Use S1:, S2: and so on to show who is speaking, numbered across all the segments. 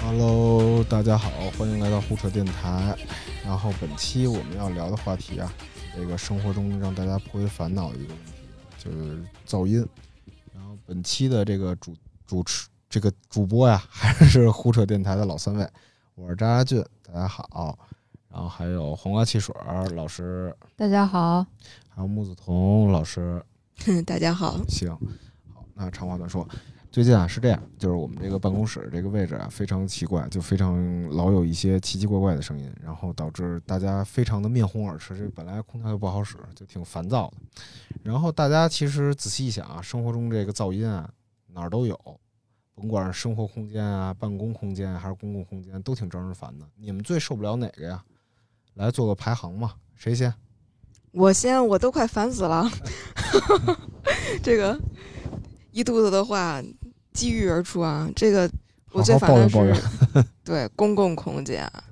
S1: Hello，大家好，欢迎来到胡扯电台。然后本期我们要聊的话题啊，这个生活中让大家颇为烦恼的一个问题，就是噪音。然后本期的这个主主持这个主播呀、还是胡扯电台的老三位，我是张家俊，大家好。然后还有黄瓜汽水儿老师，
S2: 大家好，
S1: 还有木子彤老师，
S3: 大家好，
S1: 行，好，那长话短说，最近啊是这样，就是我们这个办公室这个位置啊非常奇怪，就非常老有一些奇奇怪怪的声音，然后导致大家非常的面红耳赤。这本来空调又不好使，就挺烦躁的。然后大家其实仔细一想啊，生活中这个噪音啊哪儿都有，甭管是生活空间啊、办公空间啊还是公共空间，都挺招人烦的。你们最受不了哪个呀？来做个排行嘛，谁先？
S3: 我先，我都快烦 死了，这个一肚子的话积郁而出啊。这个我最
S1: 好好
S3: 烦
S1: 抱
S3: 的
S1: 怨
S3: 是
S1: 抱怨。
S3: 对公共空间，啊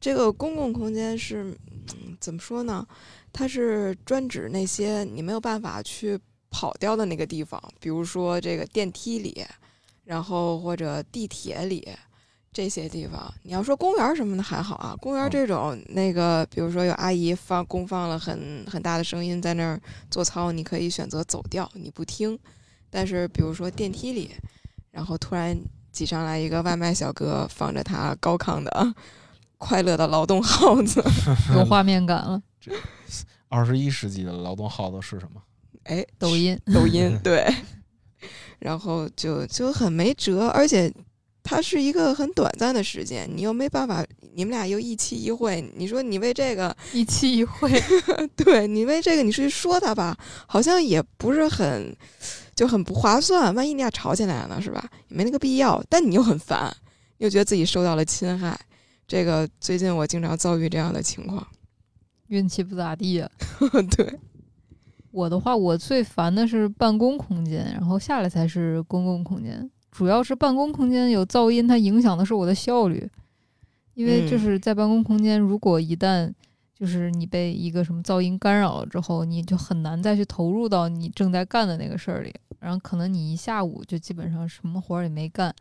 S3: 这个公共空间是、嗯、怎么说呢？它是专指那些你没有办法去跑掉的那个地方，比如说这个电梯里，然后或者地铁里。这些地方，你要说公园儿什么的还好啊，公园儿
S1: 嗯
S3: 这种那个，比如说有阿姨放公放了很很大的声音在那儿做操，你可以选择走掉，你不听。但是比如说电梯里，然后突然挤上来一个外卖小哥，放着他高亢的 《快乐的劳动号子》，
S2: 有画面感了。
S1: 二十一世纪的劳动号子是什么？
S3: 哎，
S2: 抖音，
S3: 抖音对，然后就就很没辙，而且它是一个很短暂的时间，你又没办法，你们俩又一期一会，你说你为这个，
S2: 一期一会，
S3: 对你为这个你是去说他吧，好像也不是很就很不划算，万一你俩吵起来了是吧？也没那个必要，但你又很烦，又觉得自己受到了侵害，这个最近我经常遭遇这样的情况，
S2: 运气不咋地、啊。
S3: 对。
S2: 我的话，我最烦的是办公空间，然后下来才是公共空间。主要是办公空间有噪音，它影响的是我的效率。因为
S3: 嗯
S2: 就是在办公空间，如果一旦就是你被一个什么噪音干扰了之后，你就很难再去投入到你正在干的那个事儿里，然后可能你一下午就基本上什么活儿也没干，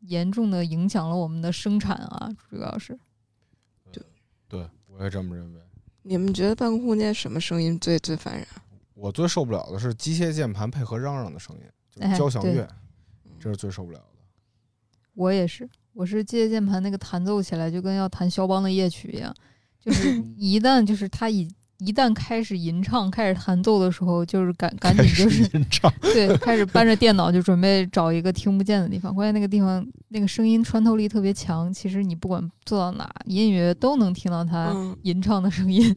S2: 严重的影响了我们的生产啊，主要是。
S1: 对，我也这么认为。
S3: 你们觉得办公空间什么声音最最烦人？
S1: 我最受不了的是机械键盘配合嚷嚷的声音，就是
S2: 哎
S1: 交响乐，
S3: 对
S1: 这是最受不了的。
S2: 我也是，我是机械键盘那个弹奏起来就跟要弹肖邦的夜曲一样，就是一旦就是他一一旦开始吟唱、开始弹奏的时候，就是赶 赶紧啊就是
S1: 吟 唱，
S2: 对，开始搬着电脑就准备找一个听不见的地方。关键那个地方那个声音穿透力特别强，其实你不管坐到哪，隐隐约约都能听到他
S3: 嗯，
S2: 吟唱的声音。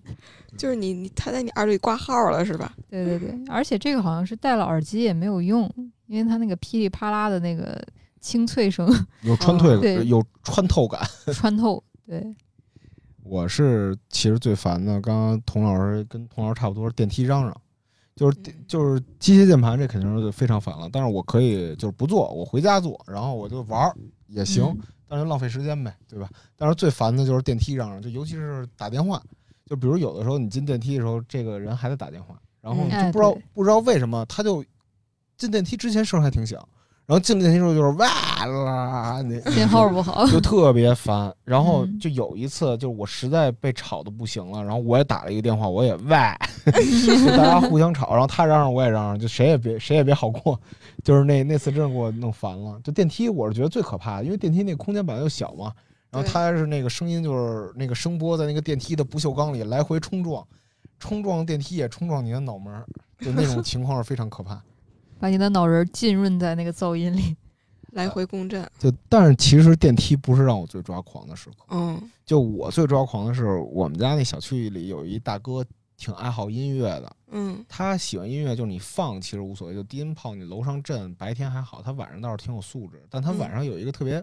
S3: 就是你你他在你耳朵里挂号了是吧？
S2: 对对对，而且这个好像是戴了耳机也没有用，因为他那个噼里啪啦的那个清脆声
S1: 有穿透、
S2: 哦对
S1: 有穿透感。
S2: 穿透。对，
S1: 我是其实最烦的，刚刚童老师跟童老师差不多，电梯嚷嚷，就是电、
S3: 嗯
S1: 就是机械键盘这肯定是非常烦了。但是我可以就是不做，我回家做，然后我就玩儿也行，
S2: 嗯
S1: 但是浪费时间呗，对吧？但是最烦的就是电梯嚷嚷，就尤其是打电话，就比如有的时候你进电梯的时候，这个人还在打电话，然后
S3: 嗯
S1: 你就
S2: 哎
S1: 不知道、
S2: 对
S1: 不知道为什么他就进电梯之前声儿还挺响，然后进电梯之后就是哇啦，你
S2: 信号不好。
S1: 就特别烦。然后
S2: 嗯
S1: 就有一次，就是我实在被吵的不行了，然后我也打了一个电话，我也喂，就大家互相吵，然后他嚷嚷我也嚷嚷，就谁也别谁也别好过。 就是那那次真是给我弄烦了。就电梯我是觉得最可怕的，因为电梯那个空间本来就小嘛，然后
S3: 对
S1: 它是那个声音就是那个声波在那个电梯的不锈钢里来回冲撞，冲撞电梯也冲撞你的脑门儿，就那种情况是非常可怕。
S2: 把你的脑仁儿浸润在那个噪音里。
S3: 来回共振，
S1: 就但是其实电梯不是让我最抓狂的时刻。
S3: 嗯
S1: 就我最抓狂的是，我们家那小区里有一大哥挺爱好音乐的，
S3: 嗯
S1: 他喜欢音乐，就是你放其实无所谓，就低音炮你楼上震，白天还好，他晚上倒是挺有素质。但他晚
S2: 嗯
S1: 上有一个特别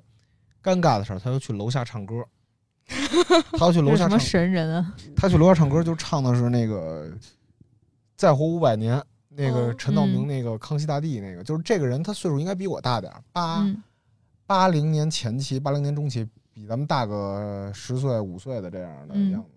S1: 尴尬的事儿，他就去楼下唱歌， 他要去
S2: 这
S1: 楼
S2: 是
S1: 下
S2: 什么
S1: 唱，
S2: 神人啊？
S1: 他去楼下唱歌就唱的是那个《再活五百年》。那个
S3: 哦
S1: 陈道明，
S2: 嗯
S1: 那个康熙大帝，那个、就是这个人，他岁数应该比我大点儿，八、
S2: 嗯，
S1: 八零年前期、八零年中期，比咱们大个十岁、五岁的这样的
S2: 嗯
S1: 样子。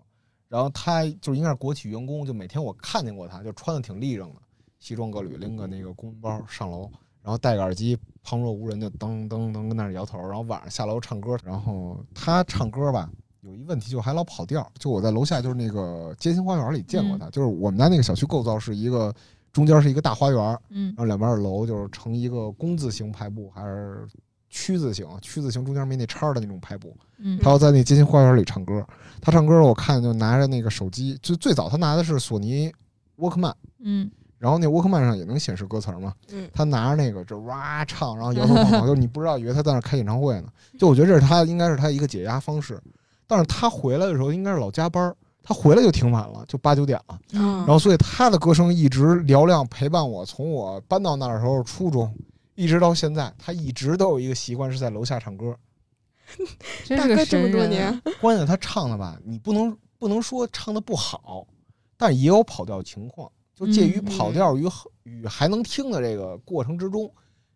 S1: 然后他就应该是国企员工，就每天我看见过他，就穿的挺立正的，西装革履，拎个那个公文包上楼，然后戴个耳机，旁若无人的噔噔噔跟那儿摇头，然后晚上下楼唱歌，然后他唱歌吧。有一问题就还老跑调，就我在楼下就是那个街心花园里见过他，就是我们家那个小区构造是一个中间是一个大花园，
S2: 嗯
S1: 然后两边的楼就是呈一个工字形排布还是曲字形，曲字形中间没那叉儿的那种排布，
S2: 嗯
S1: 他要在那街心花园里唱歌。他唱歌，我看就拿着那个手机，就最早他拿的是索尼沃克曼，
S2: 嗯
S1: 然后那沃克曼上也能显示歌词儿嘛。
S3: 嗯，
S1: 他拿着那个就哇唱，然后摇头晃脑，就是 你不知道以为他在那儿开演唱会呢。就我觉得这是他应该是他一个解压方式，但是他回来的时候应该是老加班儿，他回来就挺晚了，就八九点了。
S3: 嗯
S1: 然后所以他的歌声一直嘹亮陪伴我，从我搬到那儿的时候初中。一直到现在，他一直都有一个习惯是在楼下唱 歌。
S2: 真
S3: 大
S2: 是个
S3: 哥这
S2: 神
S3: 么
S1: 啊
S3: 多
S2: 人
S3: 年，
S1: 关键他唱的吧，你不能不能说唱的不好，但也有跑调情况，就介于
S2: 嗯
S1: 跑调与与还能听的这个过程之中，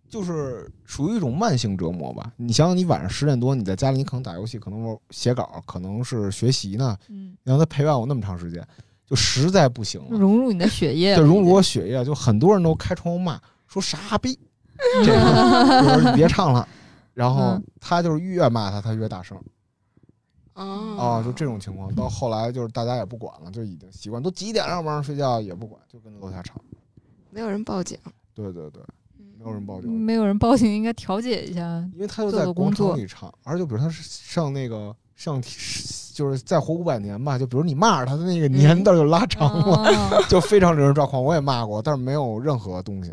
S1: 就是属于一种慢性折磨吧。你想想，你晚上十点多你在家里，你可能打游戏，可能写稿，可能是学习呢，
S2: 嗯，
S1: 你让他陪伴我那么长时间，就实在不行了，
S2: 融入你的血液了
S1: 就
S2: 已经，
S1: 融入我血液。就很多人都开窗户骂说傻逼，这个就是你别唱了。然后
S2: 嗯
S1: 他就是越骂他，他越大声。
S3: 哦
S2: 嗯
S1: 啊，就这种情况，到后来就是大家也不管了，就已经习惯，都几点让晚上睡觉也不管，就跟楼下吵。
S3: 没有人报警，
S1: 对对对，没有人报警，
S2: 没有人报警，应该调 解一下。
S1: 因为他就
S2: 嗯做
S1: 在
S2: 做
S1: 广
S2: 工作
S1: 场里唱，而且就比如他是上那个上就是再活五百年吧，就比如你骂着他的那个
S2: 嗯
S1: 年代就拉长了，
S2: 哦
S1: 就非常令人抓狂。我也骂过，但是没有任何东西，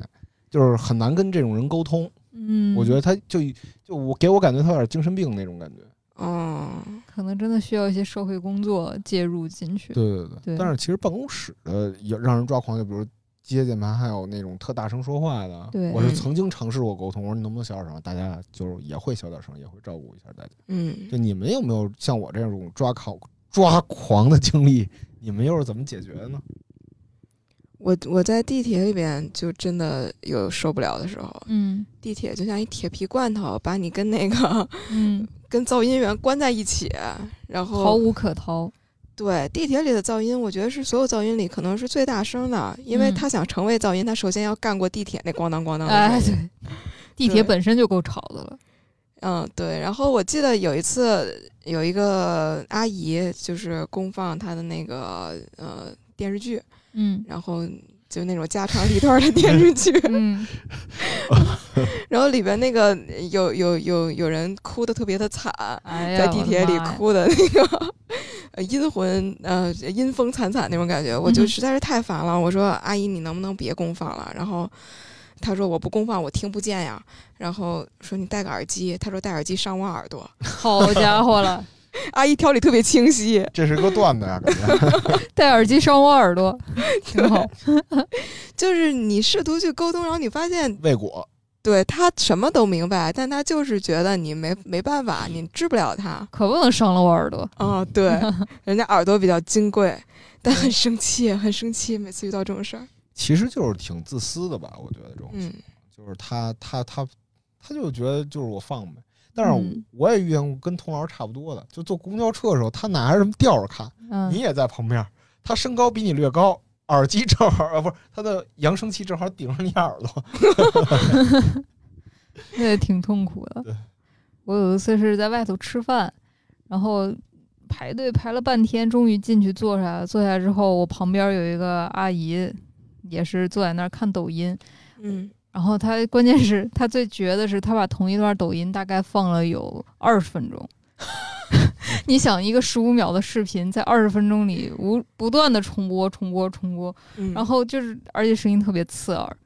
S1: 就是很难跟这种人沟通。
S2: 嗯，
S1: 我觉得他就就我给我感觉他有点精神病那种感觉。
S3: 哦，
S2: 可能真的需要一些社会工作介入进去。
S1: 对对对，
S2: 对
S1: 但是其实办公室的也让人抓狂，就比如接键盘，还有那种特大声说话的。
S2: 对
S1: 我是曾经尝试过沟通，我说你能不能小点声，大家就是也会小点声，也会照顾一下大家。
S3: 嗯
S1: 就你们有没有像我这种抓狂抓狂的经历？你们又是怎么解决的呢？
S3: 我我在地铁里边就真的有受不了的时候，
S2: 嗯
S3: 地铁就像一铁皮罐头，把你跟那个
S2: 嗯，
S3: 跟噪音源关在一起，然
S2: 逃
S3: 后
S2: 无可逃。
S3: 对地铁里的噪音，我觉得是所有噪音里可能是最大声的，因为
S2: 嗯
S3: 他想成为噪音，他首先要干过地铁那咣当咣当的
S2: 哎，
S3: 声音。
S2: 对，地铁
S3: 嗯对
S2: 本身就够吵的了。
S3: 嗯，对。然后我记得有一次有一个阿姨，就是公放她的那个呃电视剧，
S2: 嗯
S3: 然后就那种家长里短的电 视剧，
S2: 嗯
S3: 然后里边那个有有有有人哭的特别的惨，
S2: 哎呀
S3: 在地铁
S2: 我
S3: 里
S2: 的妈呀
S3: 哭的那个呃阴魂呃阴风惨惨那种感觉，我就
S2: 嗯
S3: 实在是太烦了。我说阿姨，你能不能别公放了？然后她说我不公放，我听不见呀。然后说你戴个耳机，她说戴耳机伤我耳朵。
S2: 好家伙了，
S3: 阿姨条理特别清晰，
S1: 这是个段子呀，感觉
S2: 戴耳机伤我耳朵，挺 好。
S3: 就是你试图去沟通，然后你发现
S1: 未果。
S3: 对她什么都明白，但她就是觉得你没没办 法，你治不了她。
S2: 可不能伤了我耳朵。
S3: 啊、 对，人家耳朵比较金贵，但很生气，很生气，每次遇到这种事儿，
S1: 其实就是挺自私的吧，我觉得这种，
S3: 嗯
S1: 就是他他他他就觉得就是我放呗。但是
S2: 嗯
S1: 我也遇见过跟童老师差不多的，就坐公交车的时候，他拿着什么吊着看，你
S2: 嗯
S1: 也在旁边儿，他身高比你略高，耳机正好啊，不是他的扬声器正好顶上你耳朵。
S2: 那也挺痛苦的
S1: 对。
S2: 我有一次是在外头吃饭，然后排队排了半天，终于进去坐下了。坐下之后，我旁边有一个阿姨，也是坐在那儿看抖音。
S3: 嗯，
S2: 然后她关键是她最绝的是，她把同一段抖音大概放了有二十分 钟。你想一个十五秒的视频，在二十分钟里无不断的重播、重播、重播，
S3: 嗯
S2: 然后就是，而且声音特别刺耳，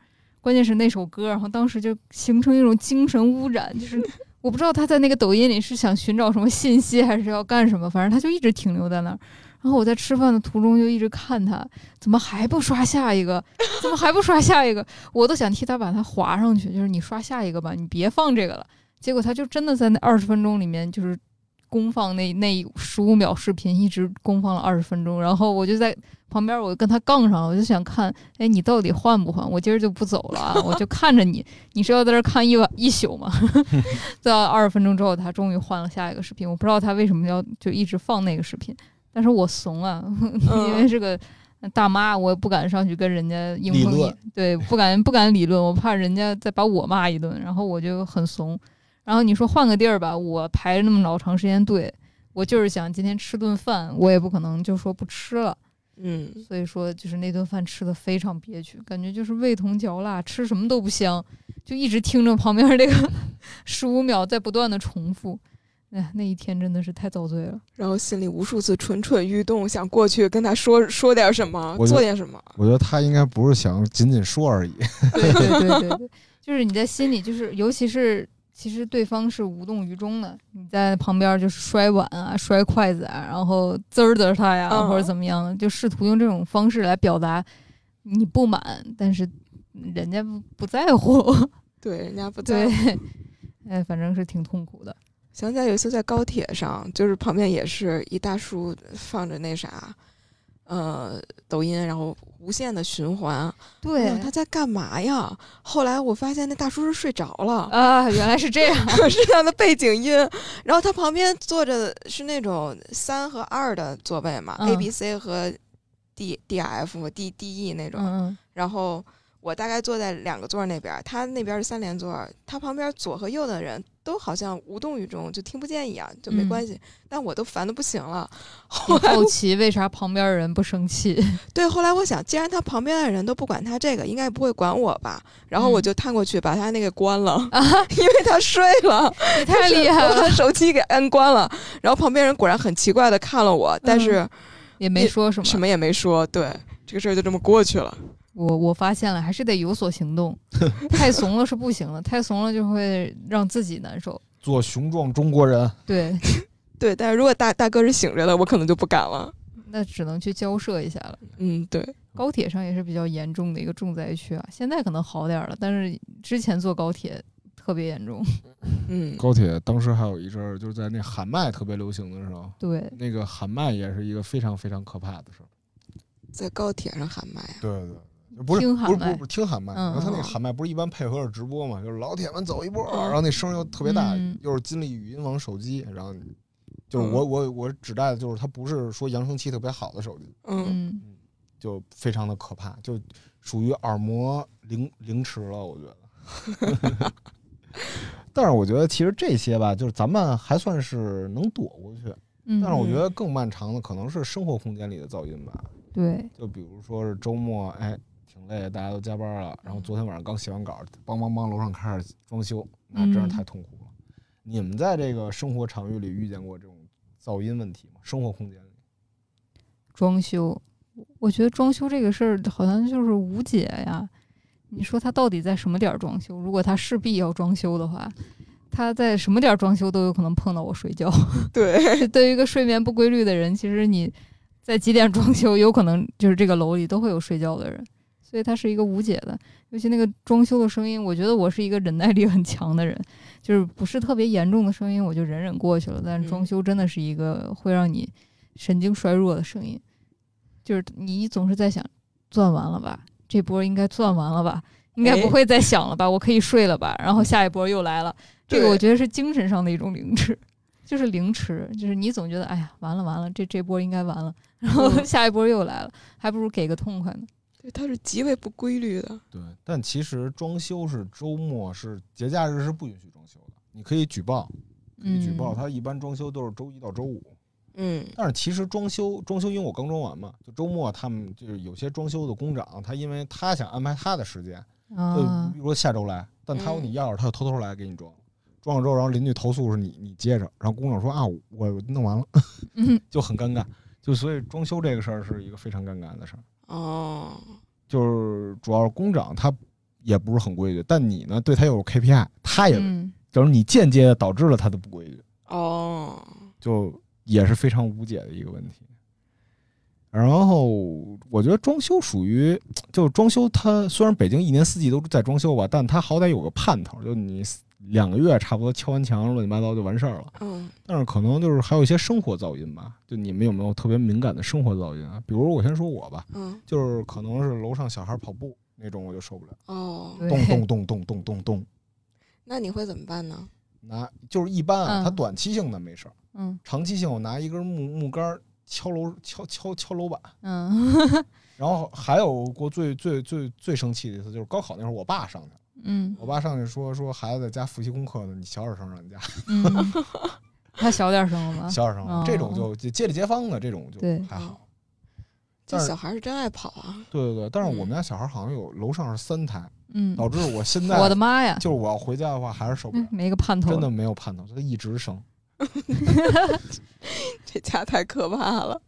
S2: 关键是那首歌，然后当时就形成一种精神污染，就是我不知道他在那个抖音里是想寻找什么信息，还是要干什么，反正他就一直停留在那儿。然后我在吃饭的途中就一直看他，怎么还不刷下一个？怎么还不刷下一个？我都想替他把他划上去，就是你刷下一个吧，你别放这个了。结果他就真的在那二十分钟里面，就是公放那那十五秒视频，一直公放了二十分钟。然后我就在旁边，我跟他杠上了，我就想看，哎，你到底换不换？我今儿就不走 了啊，我就看着你，你是要在这儿看一晚一宿吗？在二十分钟之后，他终于换了下一个视
S3: 嗯
S2: 频。我不知道他为什么要就一直放那个视频，但是我怂啊，因为是个那大妈我也不敢上去跟人家硬
S1: 嗯理
S2: 碰硬
S1: 论，
S2: 对，不敢不敢理论，我怕人家再把我骂一顿，然后我就很怂。然后你说换个地儿吧，我排那么老长时间队，我就是想今天吃顿饭，我也不可能就说不吃了。
S3: 嗯，
S2: 所以说就是那顿饭吃的非常憋屈，感觉就是味同嚼蜡，吃什么都不香，就一直听着旁边这个 十五秒在不断的重复。哎，那一天真的是太遭罪了。
S3: 然后心里无数次蠢蠢欲动，想过去跟他说说点什么
S1: 我，就
S3: 做点什么。
S1: 我觉得他应该不是想仅仅说而已，
S2: 对对对对对，就是你在心里，就是尤其是其实对方是无动于衷的，你在旁边就是摔碗啊、摔筷子啊，然后滋儿滋儿他呀，
S3: 嗯
S2: 或者怎么样的，就试图用这种方式来表达你不满，但是人家不不在乎。
S3: 对，人家不在
S2: 对
S3: 乎。，
S2: 哎，反正是挺痛苦的。
S3: 想起来有一次在高铁上，就是旁边也是一大叔放着那啥，呃，抖音，然后无限的循环。我
S2: 对
S3: 想他在干嘛呀？后来我发现那大叔是睡着了，
S2: 啊，原来是这样。
S3: 是他的背景音。然后他旁边坐着是那种三和二的座位嘛、
S2: 嗯
S3: a B、C 和 D、D、F、D、D、E 那种。
S2: 嗯
S3: 然后我大概坐在两个座儿那边儿，他那边儿是三连座儿，他旁边左和右的人都好像无动于衷，就听不见一样，就没
S2: 嗯
S3: 关系。但我都烦的不行了。
S2: 嗯，
S3: 后 来
S2: 好奇为啥旁边人不生气？
S3: 对，后来我想，既然他旁边的人都不管他这个，应该也不会管我吧。然后我
S2: 嗯
S3: 就探过去把他那个关了，因为他睡了，
S2: 你 太厉害
S3: 我把
S2: 了，
S3: 手机给摁关了。然后旁边人果然很奇怪的看了我，
S2: 嗯
S3: 但是
S2: 也没说什么。
S3: 什么也没说。对，这个事儿就这么过去了。
S2: 我我发现了，还是得有所行 动。太怂了是不行的，太怂了就会让自己难受。
S1: 做雄壮中国人。
S2: 对，
S3: 对，但是如果大大哥是醒着的，我可能就不敢了。
S2: 那只能去交涉一下了。
S3: 嗯，对。
S2: 高铁上也是比较严重的一个重灾区啊，现在可能好点儿了，但是之前坐高铁特别严重。
S3: 嗯，
S1: 高铁当时还有一阵儿，就是在那喊麦特别流行的时候，
S2: 对，
S1: 那个喊麦也是一个非常非常可怕的事儿。
S3: 在高铁上喊麦啊，
S1: 对对对，不是
S2: 听
S1: 不
S2: 喊
S1: 是不是
S2: 麦
S1: 不是听喊麦，
S2: 嗯
S1: 然后他那个
S3: 嗯
S1: 喊麦不是一般配合着直播嘛，就是老铁们走一波，
S3: 嗯
S1: 然后那声儿又特别大
S2: 嗯，
S1: 又是金立语音网手机，然后你就是我我我指代的就是它不是说扬声器特别好的手机，
S3: 嗯，
S2: 嗯，
S1: 就非常的可怕，就属于耳膜凌凌迟了，我觉得。 但是我觉得其实这些吧，就是咱们还算是能躲过去，
S2: 嗯
S1: 但是我觉得更漫长的可能是生活空间里的噪音吧。
S2: 对，
S1: 就比如说是周末，哎，挺累，大家都加班了，然后昨天晚上刚写完稿，梆梆梆，楼上开始装修，那真是太痛苦了。你们在这个生活场域里遇见过这种噪音问题吗？生活空间里，
S2: 装修，我觉得装修这个事儿好像就是无解呀。你说他到底在什么点儿装修？如果他势必要装修的话，他在什么点儿装修都有可能碰到我睡觉。
S3: 对，
S2: 就对于一个睡眠不规律的人，其实你在几点装修，有可能就是这个楼里都会有睡觉的人，所以它是一个无解的。尤其那个装修的声音，我觉得我是一个忍耐力很强的人，就是不是特别严重的声音我就忍忍过去了，但是
S3: 嗯
S2: 装修真的是一个会让你神经衰弱的声音，就是你总是在想，钻完了吧，这波应该钻完了吧。应该
S3: 哎
S2: 不会再响了吧？我可以睡了吧？然后下一波又来了，这个
S3: 对
S2: 我觉得是精神上的一种凌迟。就是凌迟，就是你总觉得哎呀，完了完了，这这波应该完了，然后
S3: 嗯
S2: 下一波又来了，还不如给个痛快呢。
S3: 对，它是极为不规律的。
S1: 对，但其实装修是周末是节假日是不允许装修的，你可以举报，可以举报。
S2: 嗯
S1: 它一般装修都是周一到周五，
S3: 嗯
S1: 但是其实装修装修，因为我刚装完嘛，就周末他们就是有些装修的工长，他因为他想安排他的时间，就
S2: 啊
S1: 比，如说下周来，但他有
S3: 嗯
S1: 你钥匙，他就偷偷来给你装，装了之后，然后邻居投诉是你你接着，然后工长说啊，我我弄完了，
S2: 嗯，
S1: 就很尴尬。就所以装修这个事儿是一个非常尴尬的事儿，
S3: 哦，
S1: 就是主要是工长他也不是很规矩，但你呢对他有 KPI，他也、
S2: 嗯
S1: 就是你间接地导致了他的不规矩，
S3: 哦，
S1: 就也是非常无解的一个问题。然后我觉得装修属于，就是装修它虽然北京一年四季都在装修吧，但它好歹有个盼头，就你两个月差不多敲完墙乱七八糟就完事儿了。
S3: 嗯
S1: 但是可能就是还有一些生活噪音吧，就你们有没有特别敏感的生活噪音啊？比如我先说我吧，
S3: 嗯，
S1: 就是可能是楼上小孩跑步那种我就受不了，
S3: 哦，
S2: 对
S1: 咚咚咚咚咚咚咚，
S3: 那你会怎么办呢？
S1: 拿就是一般啊，
S2: 嗯
S1: 它短期性的没事儿，
S2: 嗯
S1: 长期性我拿一根木木杆儿敲楼敲敲敲楼板。
S2: 嗯
S1: 然后还有过最最最最生气的一次，就是高考那会儿，我爸上去了。
S2: 嗯
S1: 我爸上去说说孩子在家复习功课呢，你小点声让你家
S2: 嗯， 他小点声了吗？
S1: 小点声
S2: 哦，
S1: 这种就就街里街坊的这种就
S2: 对嗯
S1: 还好。
S3: 这
S1: 但是
S3: 小孩是真爱跑啊！
S1: 对对对，但是我
S3: 嗯
S1: 们家小孩好像有楼上是三台，
S2: 嗯，
S1: 导致我现在
S2: 我的妈呀，
S1: 就是我要回家的话还是受不
S2: 嗯
S1: 了，，
S2: 没个盼头
S1: 真
S2: 了。
S1: 的没有盼头，他一直生。
S3: 这家太可怕了。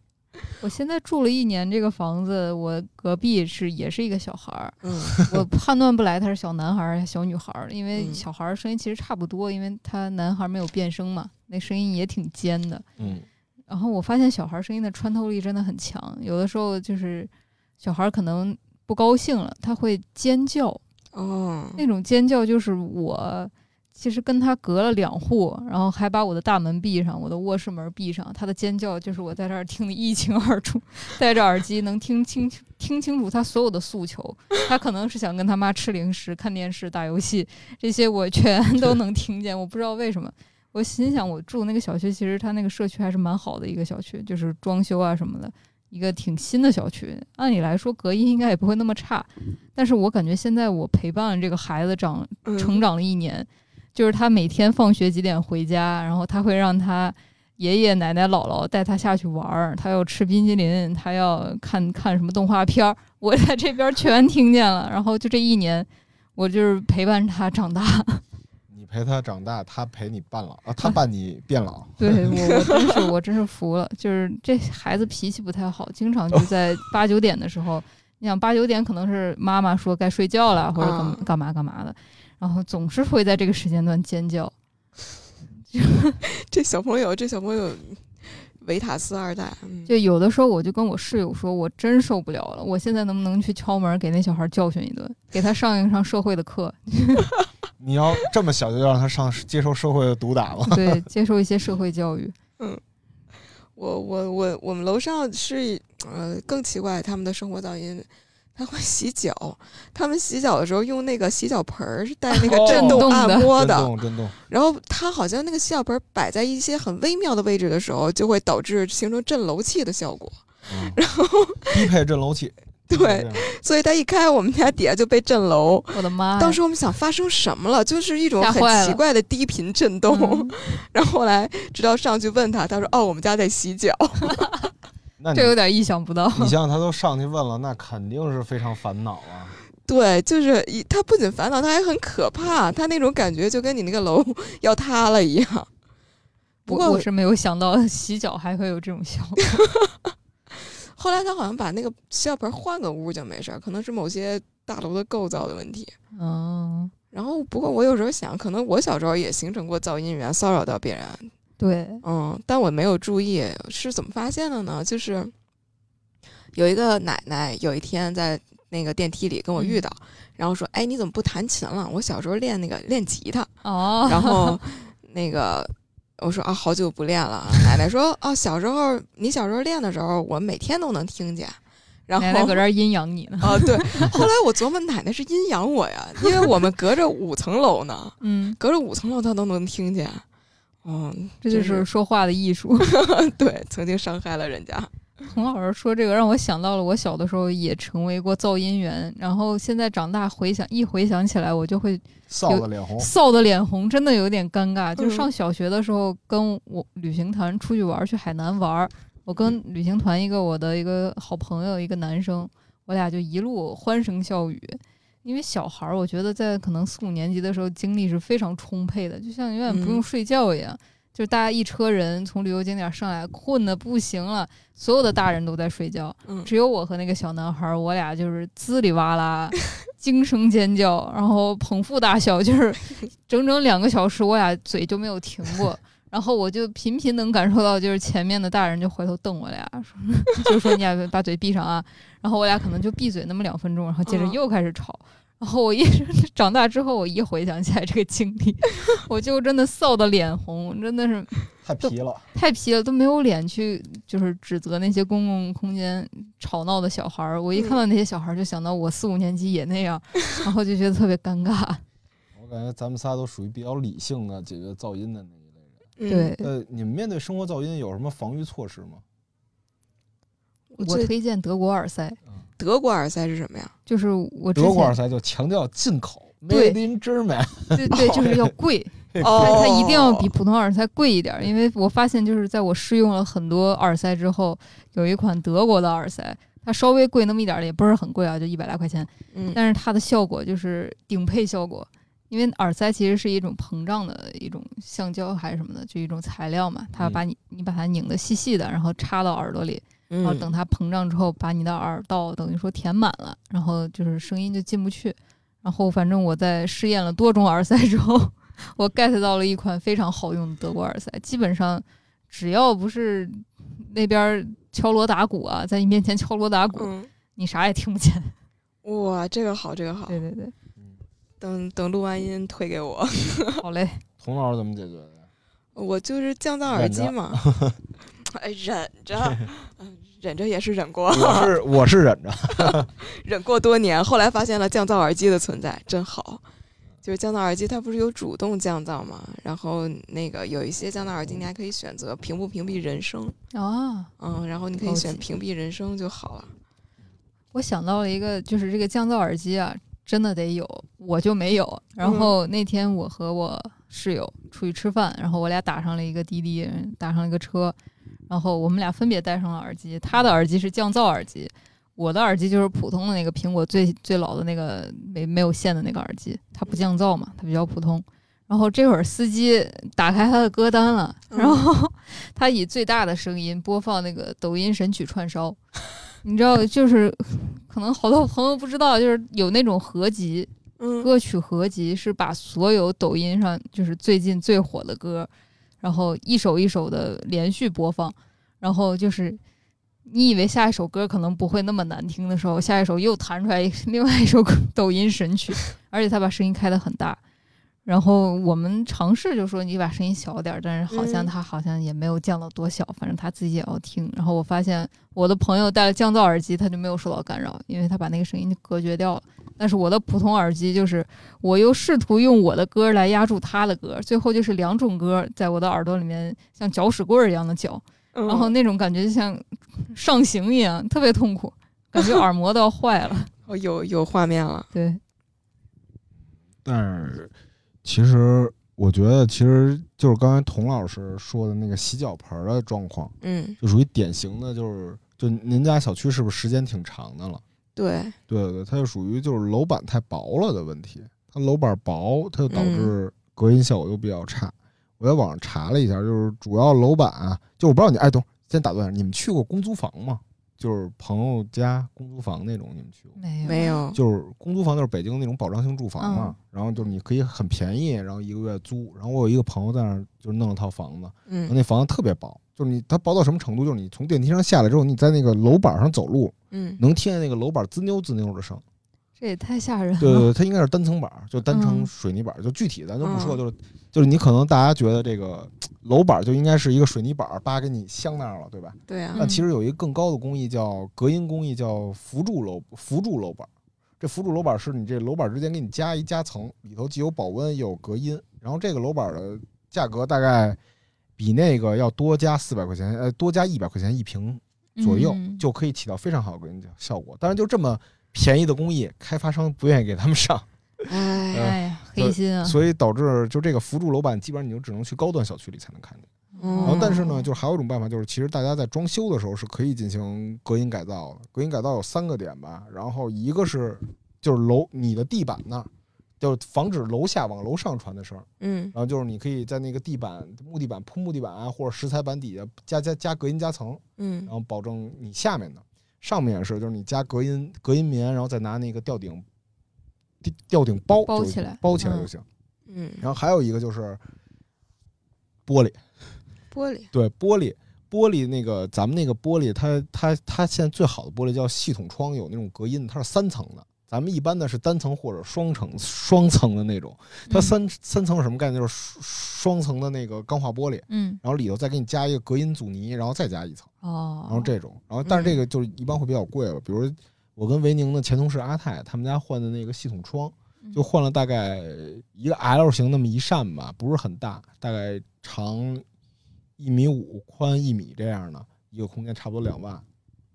S2: 我现在住了一年这个房子，我隔壁是也是一个小孩 儿，
S3: 嗯，
S2: 我判断不来他是小男孩儿还是小女孩儿，因为
S3: 嗯
S2: 小孩儿声音其实差不多，因为他男孩儿没有变声嘛，那声音也挺尖的。
S1: 嗯，
S2: 然后我发现小孩儿声音的穿透力真的很强，有的时候就是小孩儿可能不高兴了，他会尖叫，
S3: 哦，
S2: 那种尖叫就是我其实跟他隔了两户，然后还把我的大门闭上，我的卧室门闭上，他的尖叫就是我在这儿听得一清二楚， 戴着耳机能听清听清楚他所有的诉求，他可能是想跟他妈吃零食、看电视、打游戏，这些我全都能听见，我不知道为什么。我心想，我住那个小区，其实它那个社区还是蛮好的一个小区，就是装修啊什么的，一个挺新的小区。按理来说，隔音应该也不会那么差，但是我感觉现在我陪伴这个孩子长
S3: 嗯
S2: 成长了一年，就是他每天放学几点回家，然后他会让他爷爷奶奶姥姥带他下去玩儿，他要吃冰激凌，他要看看什么动画片儿，我在这边全听见了。然后就这一年，我就是陪伴着他长大。
S1: 你陪他长大，他陪你半老啊，他伴你变老。
S2: 对我，我真是我真是服了，就是这孩子脾气不太好，经常就 在八九点的时候，你想八九点可能是妈妈说该睡觉了，或者干嘛
S3: 啊
S2: 干嘛干嘛的，然后总是会在这个时间段尖叫。
S3: 这小朋友，这小朋友，维塔斯二代，嗯
S2: 就有的时候我就跟我室友说，我真受不了了，我现在能不能去敲门给那小孩教训一顿，给他上一上社会的课，
S1: 你要这么小就让他上接受社会的毒打吗？
S2: 对， 接受一些社会教育。
S3: 我我我我们楼上是呃更奇怪，他们的生活噪音，他会洗脚，他们洗脚的时候用那个洗脚盆儿是带那个哦震
S1: 震
S3: 动
S2: 动的
S3: 按摩
S1: 震
S3: 的，
S1: 动震动，
S3: 然后它好像那个洗脚盆儿摆在一些很微妙的位置的时候，就会导致形成震楼器的效果。
S1: 嗯、然后低配震楼器。低
S3: 对
S1: 配震楼器，
S3: 所以它一开，我们家底下就被震楼。
S2: 我的妈呀！
S3: 当时我们想发生什么了，就是一种
S2: 吓坏
S3: 很
S2: 了
S3: 奇怪的低频震动。
S2: 嗯
S3: 然后后来直到上去问他，他说：“哦，我们家在洗 脚。
S1: 那你
S2: 这有点意想不到。
S1: 你想想，他都上去问了，那肯定是非常烦恼啊。”
S3: 对，就是一，他不仅烦恼，他还很可怕。他那种感觉就跟你那个楼要塌了一样。 不
S2: 我
S3: 过
S2: 我是没有想到 洗脚还会有这种效果。
S3: 后来他好像把那个洗脚盆儿换个屋就没事儿，可能是某些大楼的构造的问题。
S2: 嗯，
S3: 然后，不过我有时候想，可能我小时候也形成过噪音源，骚扰到别人，
S2: 对，
S3: 嗯，但我没有注意，是怎么发现的呢？就是有一个奶奶有一天在那个电梯里跟我
S2: 嗯
S3: 遇到，然后说：“哎，你怎么不弹琴了？我小时候练那个练吉他。”
S2: 哦，
S3: 然后那个我说啊，好久不练了。奶奶说啊，小时候你小时候练的时候，我每天都能听见。然后
S2: 奶奶搁这儿阴阳你呢。
S3: 啊，对。后来我琢磨，奶奶是阴阳我呀，因为我们隔着五层楼呢，
S2: 嗯，
S3: 隔着五层楼她都能听见。嗯，
S2: 这就
S3: 真
S2: 是说话的艺术。
S3: 对，曾经伤害了人家。
S2: 洪老师说这个让我想到了，我小的时候也成为过噪音源，然后现在长大回想一回想起来，我就会
S1: 臊得脸红，
S2: 臊得脸红，真的有点尴尬。就是
S3: 嗯
S2: 上小学的时候，跟我旅行团出去玩儿，去海南玩儿，我跟嗯旅行团一个我的一个好朋友，一个男生，我俩就一路欢声笑语。因为小孩儿，我觉得在可能四五年级的时候，精力是非常充沛的，就像永远不用
S3: 嗯
S2: 睡觉一样。就是大家一车人从旅游景点上来，困得不行了，所有的大人都在睡觉，
S3: 嗯，
S2: 只有我和那个小男孩儿，我俩就是滋里哇啦， 惊声尖叫，然后捧腹大笑， 就是整整两个小时，我俩嘴就没有停 过。然后我就频频能感受到，就是前面的大人就回头瞪我俩，说 就说你俩把嘴闭上啊。然后我俩可能就闭嘴那么两分钟，然后接着
S3: 嗯
S2: 又开始吵。然后我一长大之后，我一回想起来这个经历， 我就真的臊得脸红，真的是
S1: 太皮了。
S2: 太皮了，都没有脸去就是指责那些公共空间吵闹的小孩儿。我一看到那些小孩儿，就想到我四五年级也那样，
S3: 嗯
S2: 然后就觉得特别尴尬。
S1: 我感觉咱们仨都属于比较理性的解决噪音的那一类人。
S3: 嗯
S2: 对，，
S1: 呃，你们面对生活噪音有什么防御措施吗？
S3: 我
S2: 我
S3: 最
S2: 推荐德国耳塞，
S3: 德国耳塞是什么呀？
S2: 就是我之
S1: 德国耳
S2: 前
S1: 塞就强调进口
S2: 对
S1: ，made in Germany，
S2: 对对，就是要 贵，它
S3: 哦
S2: 它一定要比普通耳塞贵一点儿，因为我发现就是在我试用了很多耳塞之后，有一款德国的耳塞，它稍微贵那么一点儿，也不是很贵啊，就一百来块钱，
S3: 嗯
S2: 但是它的效果就是顶配效果。因为耳塞其实是一种膨胀的一种橡胶还是什么的，就一种材料嘛，
S1: 嗯
S2: 它把你你把它拧得细细的，然后插到耳朵里，然后
S3: 嗯
S2: 等它膨胀之后，把你的耳道等于说填满了，然后就是声音就进不去。然后反正我在试验了多种耳塞之后， 我 get 到了一款非常好用的德国耳塞，基本上只要不是那边儿敲锣打鼓啊，在你面前敲锣打鼓，
S3: 嗯，
S2: 你啥也听不见。
S3: 哇，这个好，这个好，
S2: 对对对，
S3: 等等录完音推给我，
S2: 好嘞，
S1: 童老师怎么解决的？
S3: 我就是降噪耳机嘛， 哎，忍着，嗯忍着也是忍过，
S1: 我是我是忍着，
S3: 忍过多年，后来发现了降噪耳机的存在，真好。就是降噪耳机，它不是有主动降噪嘛？然后那个有一些降噪耳机，你还可以选择屏不屏蔽人声，
S2: 啊，
S3: 嗯，然后你可以
S2: 高
S3: 选
S2: 级
S3: 屏蔽人声就好了。
S2: 我想到了一个，就是这个降噪耳机啊，真的得有，我就没有。然后那天我和我室友出去吃饭，然后我俩打上了一个滴滴，打上了一个车，然后我们俩分别戴上了耳机。他的耳机是降噪耳机，我的耳机就是普通的那个苹果最最老的那个没没有线的那个耳机，它不降噪嘛，它比较普通。然后这会儿司机打开他的歌单了，
S3: 嗯
S2: 然后 他以最大的声音播放那个抖音神曲串烧， 你知道，就是 可能好多朋友不知道，就是有那种合集
S3: 嗯，
S2: 歌曲合集，是把所有抖音上就是最近最火的歌，然后一首一首的连续播放，然后就是。你以为下一首歌可能不会那么难听的时候，下一首又弹出来一 另外一首歌抖音神 曲，而且他把声音开得很大。然后我们尝试就说你把声音小点儿，但是好像
S3: 嗯
S2: 他好像也没有降到多小，反正他自己也要听。然后我发现我的朋友戴了降噪耳机，他就没有受到干扰，因为他把那个声音就隔绝掉了。但是我的普通耳机就是，我又试图用我的歌来压住他的歌，最后就是两种歌在我的耳朵里面像搅屎棍儿一样的搅，
S3: 嗯
S2: 然后那种感觉就像上刑一样，特别痛苦，感觉耳膜都要坏 了。
S3: 哦有有画面了，
S2: 对，
S1: 但是其实我觉得，其实就是刚才童老师说的那个洗脚盆儿的状况，
S3: 嗯，
S1: 就属于典型的，就是就您家小区是不是时间挺长的了？
S3: 对，
S1: 对对，它就属于就是楼板太薄了的问题。它楼板薄，它就导致隔音效果又比较差。我在网上查了一下，就是主要楼板、啊，就我不知道你哎，等会儿先打断一下，你们去过公租房吗？就是朋友家公租房那种，你们去过吗？
S2: 没有
S3: 没有，
S1: 就是公租房，就是北京那种保障性住房嘛。然后就是你可以很便宜，然后一个月租。然后我有一个朋友在那儿就弄了套房子，然后
S3: 嗯
S1: 那房子特别薄，就是你它薄到什么程度？就是你从电梯上下来之后，你在那个楼板上走路，
S3: 嗯
S1: 能听见那个楼板滋溜滋溜的声。
S2: 这也太吓人了。
S1: 对对对，它应该是单层板儿，就单层
S2: 嗯
S1: 水泥板儿，就具体咱就不说，
S3: 嗯
S1: 就是就是你可能大家觉得这个楼板儿就应该是一个水泥板儿扒给你镶那儿了，对吧？
S3: 对啊，
S1: 但其实有一个更高的工艺叫隔音工艺，叫扶住楼扶住楼板儿。这扶住楼板儿是你这楼板儿之间给你加一夹层，里头既有保温又有隔音。然后这个楼板儿的价格大概比那个要多加四百块钱，呃，多加一百块钱一平左右，
S2: 嗯
S1: 就可以起到非常好的隔音效果。当然，就这么便宜的工艺，开发商不愿意给他们上，
S3: 哎，
S2: 哎呀，黑心啊！
S1: 呃所以导致就这个扶住楼板，基本上你就只能去高端小区里才能看见。
S3: 嗯
S2: 嗯
S1: 然后，但是呢，就是还有一种办法，就是其实大家在装修的时候是可以进行隔音改造的。隔音改造有三个点吧，然后一个是就是楼你的地板那儿，就是防止楼下往楼上传的声儿。
S3: 嗯
S1: 然后就是你可以在那个地板木地板铺木地板啊，或者石材板底下加加加隔音夹层，
S3: 嗯
S1: 然后保证你下面的，上面也是，就是你加隔音隔音棉，然后再拿那个吊顶吊吊顶包
S2: 包
S1: 就
S2: 起来
S1: 包起来
S2: 嗯
S1: 就行。
S3: 嗯，
S1: 然后还有一个就是玻璃，
S3: 玻璃，
S1: 对玻璃，玻璃那个咱们那个玻璃，它它它现在最好的玻璃叫系统窗，有那种隔音的，它是三层的。咱们一般的是单层或者双层双层的那种，它
S2: 嗯
S1: 三、三层是什么概念？就是双双层的那个钢化玻璃，
S2: 嗯
S1: 然后里头再给你加一个隔音阻尼，然后再加一层，
S2: 哦，嗯
S1: 然后这种，然后但是这个就是一般会比较贵了。比如我跟维宁的前同事阿泰，他们家换的那个系统窗，
S2: 嗯
S1: 就换了大概一个 L 型那么一扇吧，不是很大，大概长一米五，宽一米这样的一个空间，差不多两万，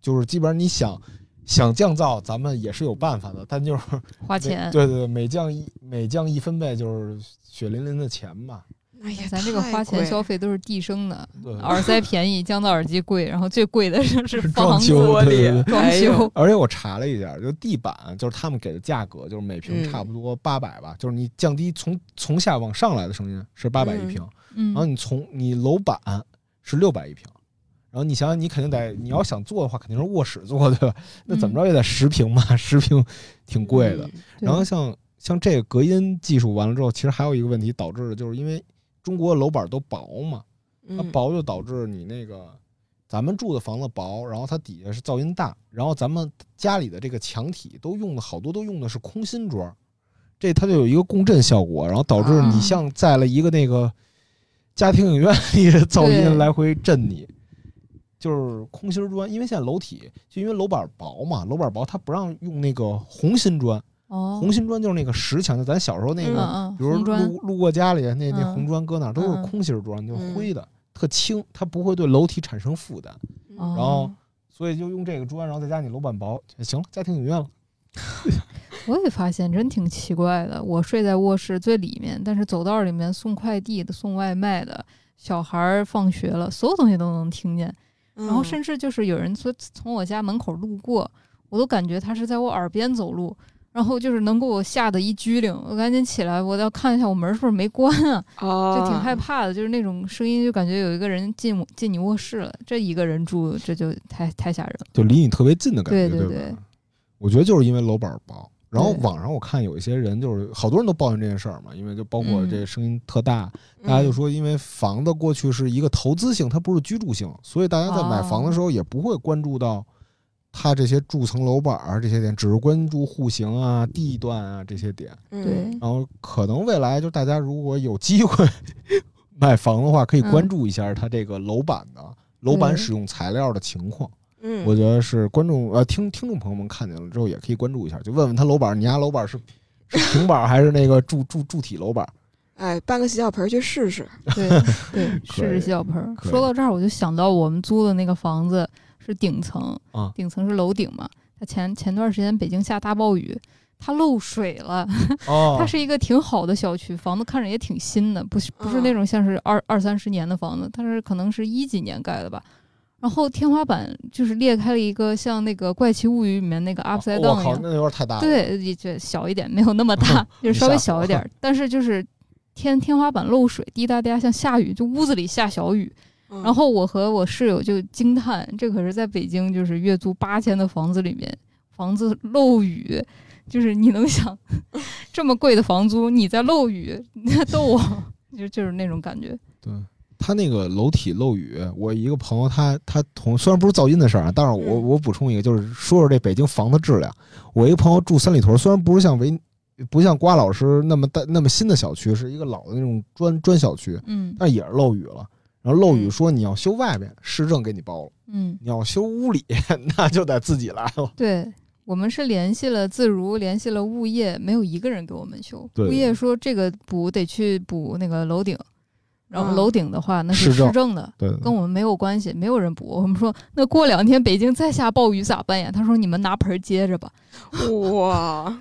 S1: 就是基本上你想想降噪，咱们也是有办法的，但就是
S2: 花钱
S1: 每。对对对，每降一每降一分贝就是血淋淋的钱嘛。
S3: 哎呀，
S2: 咱这个
S3: 太
S2: 花钱
S3: 贵
S2: 消费都是递升的，
S1: 对，
S2: 耳 塞便宜，降噪耳机贵，然后最贵的就是
S1: 装
S2: 房子
S1: 修
S3: 玻璃
S1: 对对对
S2: 装
S3: 哎
S2: 修
S3: 呦。
S1: 而且我查了一下，就地板，就是他们给的价格，就是每平
S3: 嗯
S1: 差不多八百吧，就是你降低从从下往上来的声音是八百一平，
S2: 嗯
S1: 然后，你从你楼板是六百一平，然后你想想，你肯定得你要想做的话，肯定是卧室做对吧？那怎么着也得十平吧， 十平挺贵的。
S3: 嗯
S2: 对
S1: 然后像像这个隔音技术完了之后，其实还有一个问题导致的就是因为中国楼板都薄嘛，它
S3: 嗯
S1: 薄就导致你那个咱们住的房子薄，然后它底下是噪音大，然后咱们家里的这个墙体都用的好多都用的是空心砖儿，这它就有一个共振效果，然后导致你
S2: 啊
S1: 像在了一个那个 家庭影院里的噪
S2: 对
S1: 音来回震你。就是空心砖，因为现在楼体就因为楼板薄嘛，楼板薄它不让用那个红心砖，
S2: 哦，
S1: 红心砖就是那个石墙，就咱小时候那
S2: 嗯
S1: 个
S2: 嗯，
S1: 比如
S2: 红砖
S1: 路路过家里那那
S2: 嗯
S1: 红砖搁那儿都是
S2: 嗯
S1: 空心儿砖，就是
S3: 嗯
S1: 灰的，特轻，它不会对楼体产生负担，
S3: 嗯
S1: 然后
S2: 哦
S1: 所以就用这个砖，然后再加你楼板薄，哎行了，家庭影院了。
S2: 我也发现真挺奇怪的。我睡在卧室最里面，但是走道里面送快递的、送外卖的、小孩儿放学了，所有东西都能听见。然
S1: 嗯
S2: 后甚至就是有人从从我家门口路过，我都感觉他是在我耳边走路，然后就是能给我吓得一激灵，我赶紧起来，我要看一下我门是不是没关啊，就
S3: 哦，
S2: 挺害怕的，就是那种声音就感觉有一个人进我进你卧室了，这一个人住这就太太吓人了。
S1: 就离你特别近的感觉，
S2: 对对
S1: 吧
S2: 对
S1: 我觉得就是因为楼板薄。然后
S2: 对
S1: 网上我看有一些人就是好多人都抱怨这件事儿嘛，因为就包括
S2: 嗯
S1: 这声音特大，
S3: 嗯，
S1: 大家就说因为房子过去是一个投资性，它不是居住性，所以大家在买房
S2: 哦
S1: 的时候也不会关注到它这些筑层楼板儿这些点，只是关注户型啊、
S2: 嗯
S1: 地段啊这些点。
S3: 嗯
S2: 对，
S1: 然后可能未来就大家如果有机会 买房的话，可以
S2: 嗯
S1: 关注一下它这个楼板的、楼板使用材料的情况。
S3: 嗯，
S1: 我觉得是观众呃听听众朋友们看见了之后，也可以关注一下，就问问他楼板，你家楼板是是平板儿还是那个柱柱柱体楼板？
S3: 哎，搬个洗脚盆儿去试试。
S2: 对 对，
S1: 可
S2: 试
S1: 以
S2: 试洗脚盆儿。
S1: 可以
S2: 说到这儿，我就想到我们租的那个房子是顶层，
S1: 啊
S2: 顶层是楼顶嘛。它前前段时间北京下大暴雨，它漏水了。
S1: 哦
S2: 嗯它是一个挺好的小区，房子看着也挺新的，不是
S1: 哦
S2: 不是
S3: 嗯
S2: 那种像是二二三十年的房子，它是可能是一几年盖的吧。然后天花板就是裂开了一个像那个《怪奇物语》里面那个 upside
S1: 哦我
S2: down 一
S1: 靠，
S2: 样，
S1: 那有点太大了。
S2: 对，也就小一点，没有那么大， 就是稍微小一点儿。但是就是天天花板漏水，滴答滴答像下雨，就屋子里下小雨。
S3: 嗯
S2: 然后我和我室友就惊叹，这可是在北京就是月租八千的房子里面，房子漏雨，就是你能 想这么贵的房租，你在漏雨， 你在逗我，就就是那种感觉。
S1: 对，他那个楼体漏雨，我一个朋友他他同虽然不是噪音的事儿啊，但是我
S3: 嗯
S1: 我补充一个，就是说说这北京房子质量。我一个朋友住三里屯，虽然不是像维不像瓜老师那么大那么新的小区，是一个老的那种砖砖小区，
S2: 嗯
S1: 但也是漏雨了。然后漏雨
S3: 嗯
S1: 说你要修外边，市政给你包了；
S2: 嗯，
S1: 你要修屋里， 那就得自己来了。
S2: 对。我们是联系了自如，联系了物业，没有一个人给我们修。
S1: 对
S2: 物业说这个补得去补那个楼顶，然后
S3: 嗯
S2: 楼顶的话那是
S1: 市政
S2: 市政的，
S1: 对，
S2: 跟我们没有关系，没有人补。我们说，那过两天北京再下暴雨咋办呀？他说你们拿盆儿接着吧。
S3: 哇，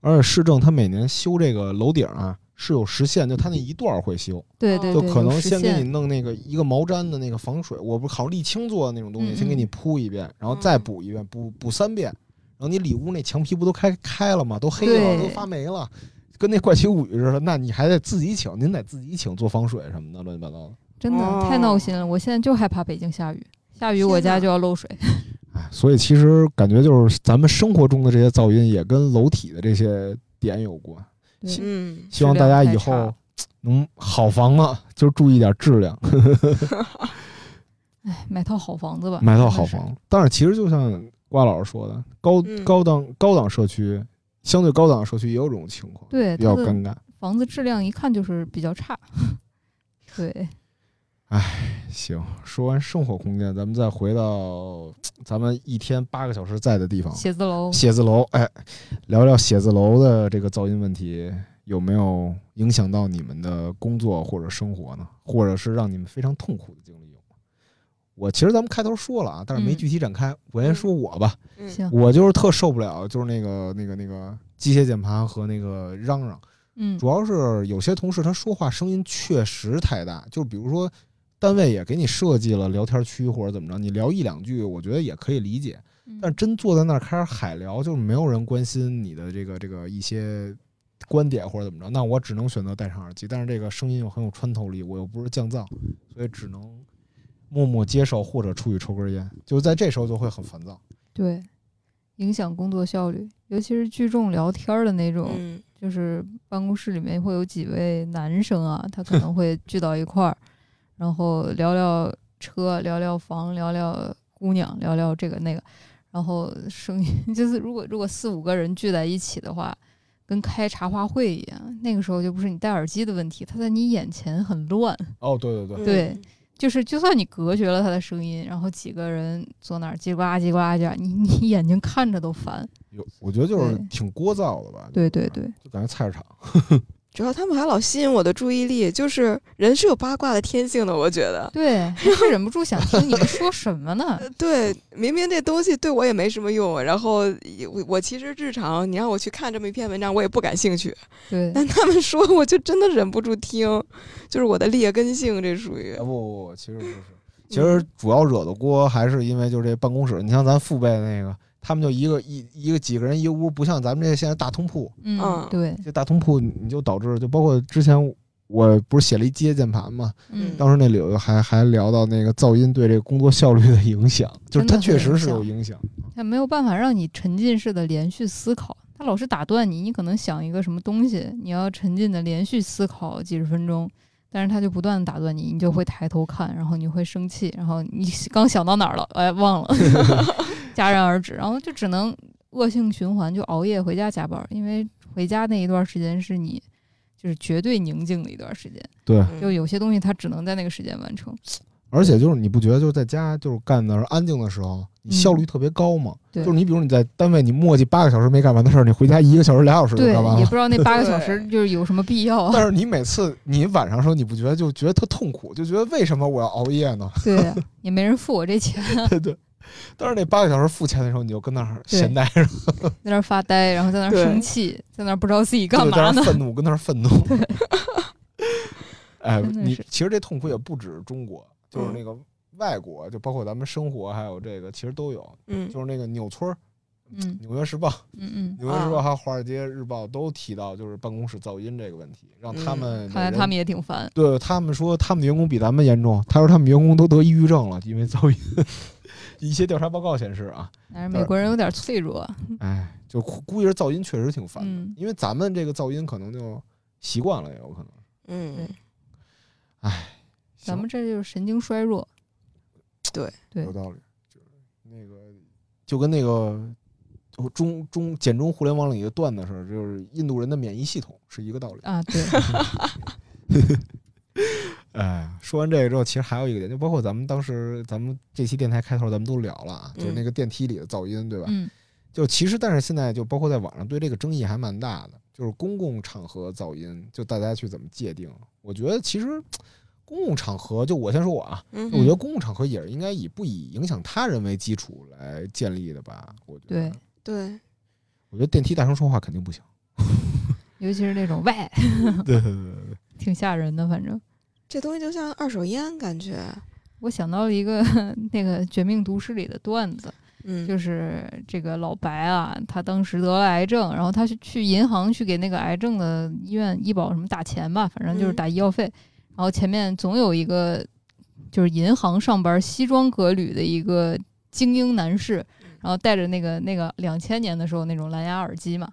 S1: 而且市政它每年修这个楼顶啊是有时限，就它那一段儿会修。
S2: 对
S3: 哦
S2: 对
S1: 就
S2: 对，
S1: 可
S2: 有
S1: 能
S2: 实
S1: 先给你
S2: 现
S1: 弄那个一个毛毡的那个防水，我不是好像沥青做的那种东西，
S2: 嗯
S1: 先给你
S2: 嗯
S1: 铺一遍，然后再
S3: 嗯
S1: 补一遍，补补三遍，然后你里屋那墙皮不都开开了吗？都黑
S2: 对
S1: 了，都发霉了，跟那怪奇物语似的。那你还得自己请，您得自己请做防水什么的，乱七八糟的。
S2: 真的太闹心了。我现在就害怕北京下雨，下雨我
S3: 哦天
S2: 家
S3: 呐
S2: 就要漏 水。
S1: 哎，所以其实感觉就是咱们生活中的这些噪音也跟楼体的这些点有关。
S2: 对
S1: 行
S3: 嗯，
S1: 希望大家
S2: 质量
S1: 以
S2: 太差
S1: 后能好房子就注意点质量。
S2: 哎，买套好房子吧，
S1: 买
S2: 真
S1: 套
S2: 的
S1: 好
S2: 是。
S1: 房。但是其实就像瓜老师说的，高、
S3: 嗯
S1: 高档高档社区，相对高档社区也有这种情况，
S2: 对，
S1: 比较
S2: 它的
S1: 尴尬。
S2: 房子质量一看就是比较差。对，
S1: 行，说完生活空间，咱们再回到咱们一天八个小时在的地方
S2: 写字
S1: ——
S2: 楼
S1: 写字楼。哎，聊聊写字楼的这个噪音问题。有没有影响到你们的工作或者生活呢？或者是让你们非常痛苦的经历有吗？我其实咱们开头说了啊，但是没
S2: 嗯
S1: 具体展开。我先说我吧，
S3: 嗯
S2: 行，
S1: 我就是特受不了，就是那个那个那个机械键盘和那个嚷嚷。
S2: 嗯
S1: 主要是有些同事他说话声音确实太大，就比如说单位也给你设计了聊天区或者怎么着，你聊一两句，我觉得也可以理解。
S2: 嗯
S1: 但真坐在那儿开始海聊，就是没有人关心你的这个这个一些观点或者怎么着，那我只能选择戴上耳机。但是这个声音又很有穿透力，我又不是降噪，所以只能默默接受或者出去抽根烟。就是在这时候就会很烦躁。
S2: 对，影响工作效率，尤其是聚众聊天儿的那种，
S3: 嗯
S2: 就是办公室里面会有几位男生啊，他可能会聚到一块儿，然后聊聊车，聊聊房，聊聊姑娘，聊聊这个那个，然后声音 就是如果如果四五个人聚在一起的话，跟开茶话会一样，那个时候就不是你戴耳机的问题，他在你眼前很乱，
S1: 哦，对对
S3: 嗯
S1: 对，
S2: 对，就是就算你隔绝了他的声音，然后几个人坐那儿叽呱叽呱叽，你你眼睛看着都烦。
S1: 有我觉得就是
S2: 对
S1: 挺聒噪的吧，
S2: 对对对，
S1: 就感觉菜市场。
S3: 主要他们还老吸引我的注意力，就是人是有八卦的天性的，我觉得。
S2: 对，还是忍不住想听你们说什么呢？
S3: 对，明明这东西对我也没什么用，然后也我我其实日常你让我去看这么一篇文章，我也不感兴趣，
S2: 对，
S3: 但他们说我就真的忍不住听，就是我的劣根性，这属于
S1: 哎，不不不，其实不是， 其
S2: 嗯
S1: 实主要惹的锅还是因为就是这办公室，你像咱父辈那个，他们就一个一一个几个人一个屋，不像咱们这现在大通铺，
S2: 嗯
S3: 嗯，
S2: 对，
S1: 这大通铺你就导致就包括之前我不是写了一接键盘嘛，
S2: 嗯，
S1: 当时那里头还还聊到那个噪音对这个工作效率的影响，就是它
S2: 真的
S1: 确
S2: 会
S1: 实
S2: 影
S1: 是有
S2: 响
S1: 影响。
S2: 他没有办法让你沉浸式的连续思考，他老是打断你，你可能想一个什么东西，你要沉浸的连续思考几十分钟。但是他就不断的打断你，你就会抬头看，然后你会生气，然后你刚想到哪儿了，哎， 忘了，戛然而止，然后就只能恶性循环，就熬夜回家加班，因为回家那一段时间是你就是绝对宁静的一段时间，
S1: 对，
S3: 嗯
S2: 就有些东西它只能在那个时间完成。
S1: 而且就是你不觉得就是在家就是干的安静的时候，你效
S2: 嗯
S1: 率特别高吗？
S2: 对
S1: 就是你比如你在单位你磨叽八个小时没干完的事儿，你回家一个小时俩小时就
S2: 对，
S1: 干完
S2: 也
S1: 了
S2: 不。知道那八个小时
S3: 对
S2: 就是有什么必要啊。
S1: 但是你每次你晚上的时候，你不觉得就觉得特痛苦，就觉得为什么我要熬夜呢？
S2: 对，也没人付我这钱，
S1: 对对。但是那八个小时付钱的时候，你就跟那儿闲待着，
S2: 在那儿发呆，然后在那儿
S3: 对
S2: 生气，在那儿不知道自己干
S1: 就在那儿
S2: 嘛呢。
S1: 愤怒，跟那儿愤怒。哎，
S2: 真的
S1: 你
S2: 是
S1: 其实这痛苦也不止中国，就是
S3: 嗯
S1: 那个外国，就包括咱们生活还有这个，其实都有。
S3: 嗯
S1: 就是那个纽村儿，
S2: 嗯
S1: 纽约时报》《
S2: 嗯
S1: 纽约时报》
S3: 啊
S1: 还有《华尔街日报》都提到就是办公室噪音这个问题，让他
S3: 嗯
S1: 们
S2: 嗯，
S1: 每
S2: 看来
S1: 人
S2: 他们也挺烦。
S1: 对他们说，他们的员工比咱们严重。他说他们员工都得抑郁症了，因为噪音。 一些调查报告显示啊，
S2: 但是美国人有点脆弱，
S1: 哎，就估估计是噪音确实挺烦的，
S2: 嗯
S1: 因为咱们这个噪音可能就习惯了，也有可能。
S3: 嗯，
S2: 咱
S1: 行
S2: 们这就是神经衰弱。对
S1: 有道理，就是那个就跟那个中中简中互联网里的段子似的，就是印度人的免疫系统是一个道理。
S2: 啊，对，
S1: 哎，说完这个之后，其实还有一个点，就包括咱们当时咱们这期电台开头咱们都聊了啊，就是那个电梯里的噪音，对吧？
S2: 嗯，
S1: 就其实，但是现在就包括在网上对这个争议还蛮大的，就是公共场合噪音，就大家去怎么界定？我觉得其实公共场合，就我先说我啊，
S3: 嗯
S1: 我觉得公共场合也是应该以不以影响他人为基础来建立的吧。我觉得
S2: 对，
S3: 对，
S1: 我觉得电梯大声说话肯定不 行。
S2: 尤其是那种 外，
S1: 对对对 对，
S2: 挺吓人的。反正
S3: 这东西就像二手烟，感觉，
S2: 我想到了一个 那个《绝命毒师》里的段子，
S3: 嗯，
S2: 就是这个老白啊，他当时得了癌症，然后他去去银行去给那个癌症的医院医保什么打钱吧，反正就是
S3: 嗯
S2: 打医药费。然后前面总有一个就是银行上班西装革履的一个精英男士，
S3: 嗯
S2: 然后戴着那个那个两千年的时候那种蓝牙耳机嘛，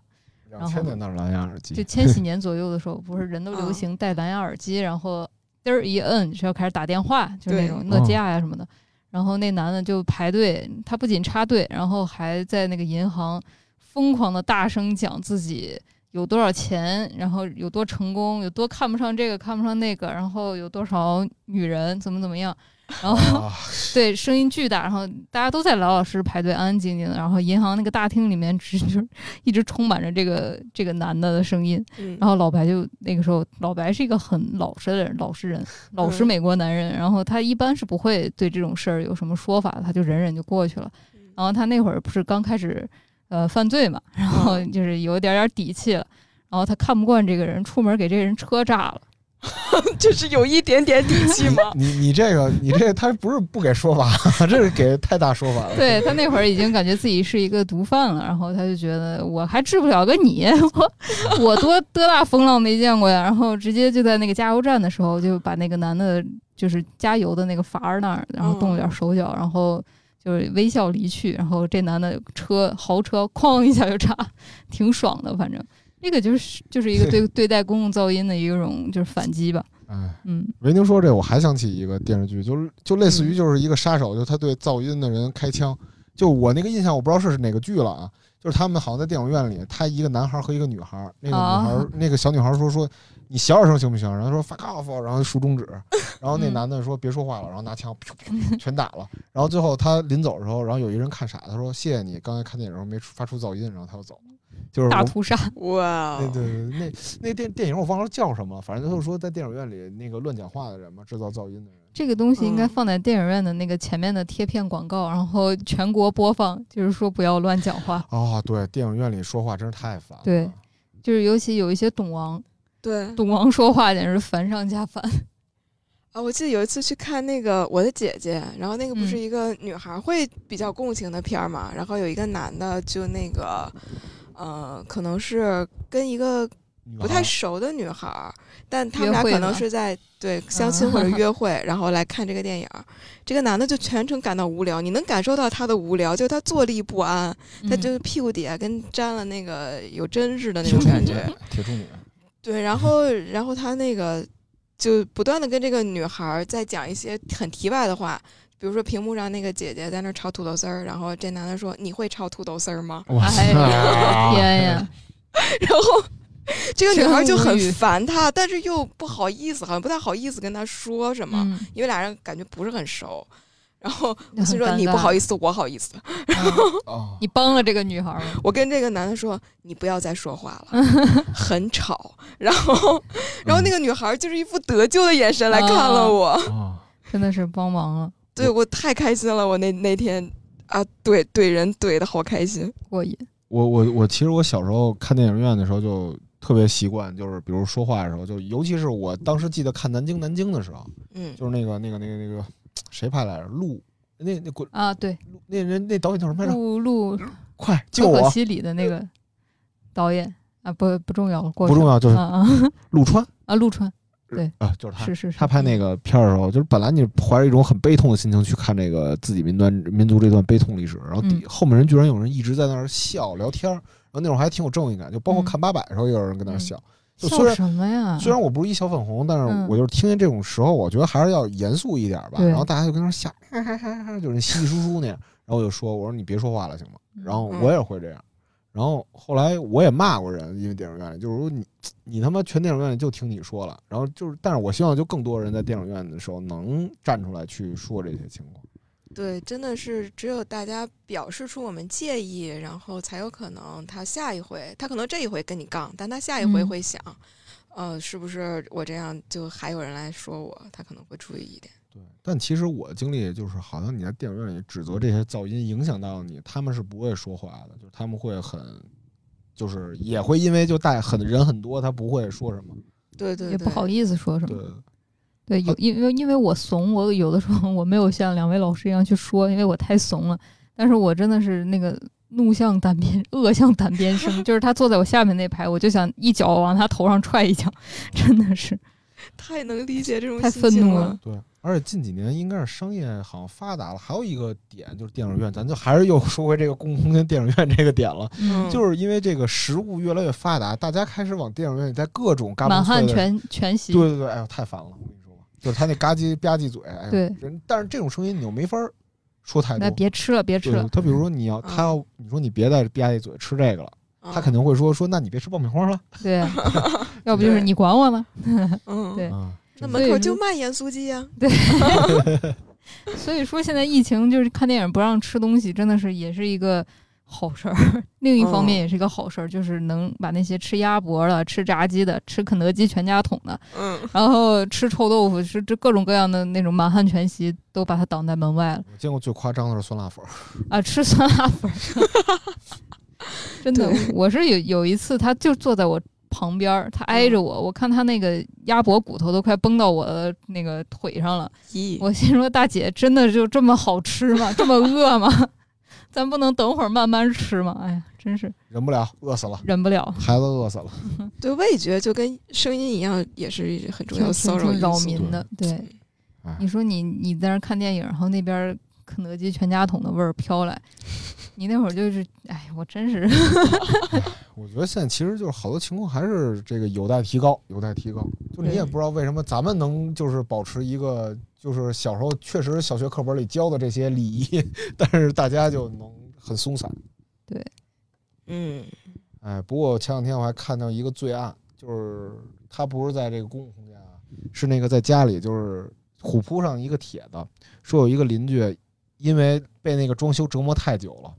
S1: 两千年那蓝牙耳
S2: 就
S1: 机，
S2: 千禧年左右的时候，不是人都流
S3: 啊
S2: 行戴蓝牙耳机，然后嘚儿一摁是要开始打电话，就是那
S3: 对
S2: 种诺基亚呀什么的。然后那男的就排队，他不仅插队，然后还在那个银行疯狂的大声讲自己有多少钱，然后有多成功，有多看不上这个看不上那个，然后有多少女人怎么怎么样。然后
S1: 啊，
S2: 对，声音巨大，然后大家都在老老实实排队，安安静静的。然后银行那个大厅里面只就是一直充满着这个这个男的的声音。
S3: 嗯，
S2: 然后老白就那个时候，老白是一个很老实的人，老实人，老
S3: 嗯
S2: 实美国男人。然后他一般是不会对这种事儿有什么说法，他就忍忍就过去了。然后他那会儿不是刚开始呃犯罪嘛，然后
S3: 嗯
S2: 就是有点点底气了。然后他看不惯这个人，出门给这个人车炸了。
S3: 这是有一点点底气 吗？
S1: 你你这个你这他不是不给说法， 这是给太大说 法了。
S2: 对他那会儿已经感觉自己是一个毒贩了，然后他就觉得我还治不了个你， 我我多多大风浪没见过呀！然后直接就在那个加油站的时候，就把那个男的，就是加油的那个阀儿那儿，然后动了点手脚，然后就是微笑离去。然后这男的车豪车哐一下就炸，挺爽的，反正。这个就是就是一个对对待公共噪音的一种就是反击吧，
S1: 哎，
S2: 嗯，
S1: 维宁说这，我还想起一个电视剧，就是就类似于就是一个杀手，就他对噪音的人开枪。就我那个印象，我不知道是哪个剧了啊，就是他们好像在电影院里，他一个男孩和一个女孩，那个女孩、
S2: 啊
S1: 那个小女孩说说你小点声行不行？然后说 fuck off，然后竖中指， 然后那
S2: 嗯
S1: 男的说别说话了，然后拿枪噗噗噗全打了。然后最后他临走的时候，然后有一人看傻，他说谢谢你，刚才看电影的时候没出发出噪音，然后他就走了。就是
S2: 大
S1: 我
S2: 屠杀，
S3: 哇哦
S1: 那，对对，对那那电电影我忘了叫什么，反正就是说在电影院里那个乱讲话的人嘛，制造噪音的人。
S2: 这个东西应该
S3: 嗯
S2: 放在电影院的那个前面的贴片广告，然后全国播放，就是说不要乱 讲话。
S1: 哦，对，电影院里说话真是太烦了。
S2: 对就是尤其有一些懂王，
S3: 对
S2: 懂王说话简直是烦上加烦。
S3: 啊，我记得有一次去看那个《我的姐姐》，然后那个不是
S2: 嗯
S3: 一个女孩会比较共情的片儿嘛，然后有一个男的就那个，呃，可能是跟一个
S1: 女
S3: 不
S1: 孩
S3: 太熟的女孩儿，但他们
S2: 哦约
S3: 俩
S2: 会嗯
S3: 可能
S2: 呢
S3: 是在对相亲或者 约会，然后来看这个电影儿。这个男的就全程感到无聊，你能感受到他的无聊，就是他坐立不安，他
S2: 嗯
S3: 就是屁股底下跟沾了那个有针似的那
S1: 铁
S3: 种
S1: 柱
S3: 感
S1: 女
S3: 觉。，
S1: 铁柱女，
S3: 对，然后然后他那个就不断的跟这个女孩儿在讲一些很题外的话，比如说屏幕上那个姐姐在那儿炒土豆丝儿，然后这男的说：“你会炒土豆丝儿吗
S1: 哇
S2: 哎
S1: 嗯
S2: 呀 天呀！！”
S3: 然后这个女孩儿就很
S2: 真无语
S3: 烦他，但是又不好意思，好像不太好意思跟他说什么，
S2: 嗯，
S3: 因为俩人感觉不是很熟。然后
S2: 那很
S3: 我心说：“
S2: 尴
S3: 你不
S2: 尬
S3: 好意思，我好意思。
S2: 嗯
S1: 哦，
S2: 你帮了这个女孩儿吗？”
S3: 我跟这个男的说：“你不要再说话 了，很吵。”然后，
S2: 嗯
S3: 然后那个女孩儿就是一副得救的眼神来看了
S2: 啊
S3: 我。
S1: 哦
S2: 真的是帮忙了，
S3: 对我太开心了，我那那天啊，怼怼人怼的好开心。
S2: 过瘾。
S1: 我我我，其实我小时候看电影院的时候就特别习惯，就是比如说话的时候，就尤其是我当时记得看《南京南京》的时候，
S3: 嗯，
S1: 就是那个那个那个那个谁拍来着？陆那那滚
S2: 啊，对，
S1: 那人那导演叫什么来着？
S2: 录录
S1: 快救
S2: 可可
S1: 我！
S2: 西里的那个导演啊，不不重要，过
S1: 不重
S2: 要，
S1: 要，就是
S2: 啊啊
S1: 陆川
S2: 啊，陆川
S1: 啊，就是他。
S2: 是是是，
S1: 他拍那个片儿的时候，就是本来你怀着一种很悲痛的心情去看这个自己民端民族这段悲痛历史，然后底
S2: 嗯
S1: 后面人居然有人一直在那儿笑聊天儿，然后那会儿还挺有正义感，就包括
S2: 嗯
S1: 看八佰的时候也有人跟那儿笑。就虽
S2: 笑
S1: 然
S2: 什么呀？
S1: 虽然我不是一小粉红，但是
S2: 嗯
S1: 我就是听见这种时候，我觉得还是要严肃一点吧。
S2: 对
S1: 然后大家就跟那儿笑， 哈哈哈哈，就是稀稀疏疏那样。然后我就说：“我说你别说话了，行吗？”然后我也会这样。然后后来我也骂过人，因为电影院里就是说你你他妈全电影院里就听你说了。然后就是，但是我希望就更多人在电影院的时候能站出来去说这些情况。
S3: 对，真的是只有大家表示出我们介意，然后才有可能他下一回，他可能这一回跟你杠，但他下一回
S2: 嗯
S3: 会想，呃，是不是我这样就还有人来说我？他可能会注意一点。
S1: 对，但其实我经历就是，好像你在电影院里指责这些噪音影响到你，他们是不会说话的，就是他们会很，就是也会因为就大很人很多，他不会说什么。
S3: 对对对，
S2: 嗯也不好意思说什么
S1: 对。，
S2: 对，有因为因为我怂，我有的时候我没有像两位老师一样去说，因为我太怂了。但是我真的是那个怒向胆边，恶向胆边生， 就是他坐在我下面那排，我就想一脚往他头上踹一脚， 真的是
S3: 太能理解这种
S2: 太
S3: 心
S2: 愤
S3: 情
S2: 怒
S3: 了
S2: 了。。
S1: 对，而且近几年应该是商业好像发达了，还有一个点就是电影院，咱就还是又说回这个公共空间电影院这个点了，
S2: 嗯，
S1: 就是因为这个食物越来越发达，大家开始往电影院里带各种嘎嘣
S2: 满汉
S1: 脆的，
S2: 全全席
S1: 对，对对，哎呦太烦了，我跟你说吧，就是他那嘎叽吧唧嘴，哎呦
S2: 对
S1: 人，但是这种声音你又没法儿说太
S2: 那
S1: 多。嗯
S2: 别吃了，别吃
S1: 对
S2: 了，，
S1: 他比如说你要他要你说你别再吧唧嘴吃这个了，他肯
S3: 能
S1: 定会说说那你别吃爆米花了，
S2: 对， 要不就是你管我了，
S3: 嗯，
S2: 对
S1: 啊，
S3: 那
S1: 真的
S3: 门口
S2: 所以
S3: 就
S2: 如
S3: 卖盐酥鸡呀、
S2: 所以说现在疫情就是看电影不让吃东西，真的是也是一个好事儿。 另一方面
S3: 嗯
S2: 也是一个好事儿，就是能把那些吃鸭脖的、吃炸鸡的、吃肯德基全家桶的，
S3: 嗯，
S2: 然后吃臭豆腐、吃这各种各样的那种满汉全席，都把它挡在门外了
S1: 我见过最夸张的是酸辣粉儿，
S2: 啊！吃酸辣粉儿， 真的，我是有有一次，他就坐在我。旁边儿，他挨着我，我看他那个鸭脖骨头都快崩到我的那个腿上了，
S3: 咦，
S2: 我心说：“大姐，真的就这么好吃吗？这么饿吗？ 咱不能等会儿慢慢吃吗？”哎呀，真是
S1: 忍不了，饿死了，
S2: 忍不了，
S1: 孩子饿死了。
S3: 对味觉就跟声音一样，也是很重
S2: 挺
S3: 要
S2: 挺
S3: 的骚扰
S2: 挺
S3: 因
S2: 扰
S3: 素。嗯
S2: 民的。对，
S1: 哎
S2: 你，说你你在那儿看电影，然后那边肯德基全家桶的味儿飘来，你那会儿就是，哎，我真 是
S1: 我觉得现在其实就是好多情况还是这个有待提高，有待提高。就你也
S3: 嗯
S1: 不知道为什么咱们能就是保持一个就是小时候确实小学课本里教的这些礼仪， 但是大家就能很松散。
S3: 嗯，
S1: 哎，不过前两天我还看到一个罪案，就是他不是在这个公共空间啊，是那个在家里，就是虎扑上一个帖子，说有一个邻居因为被那个装修折磨太久了，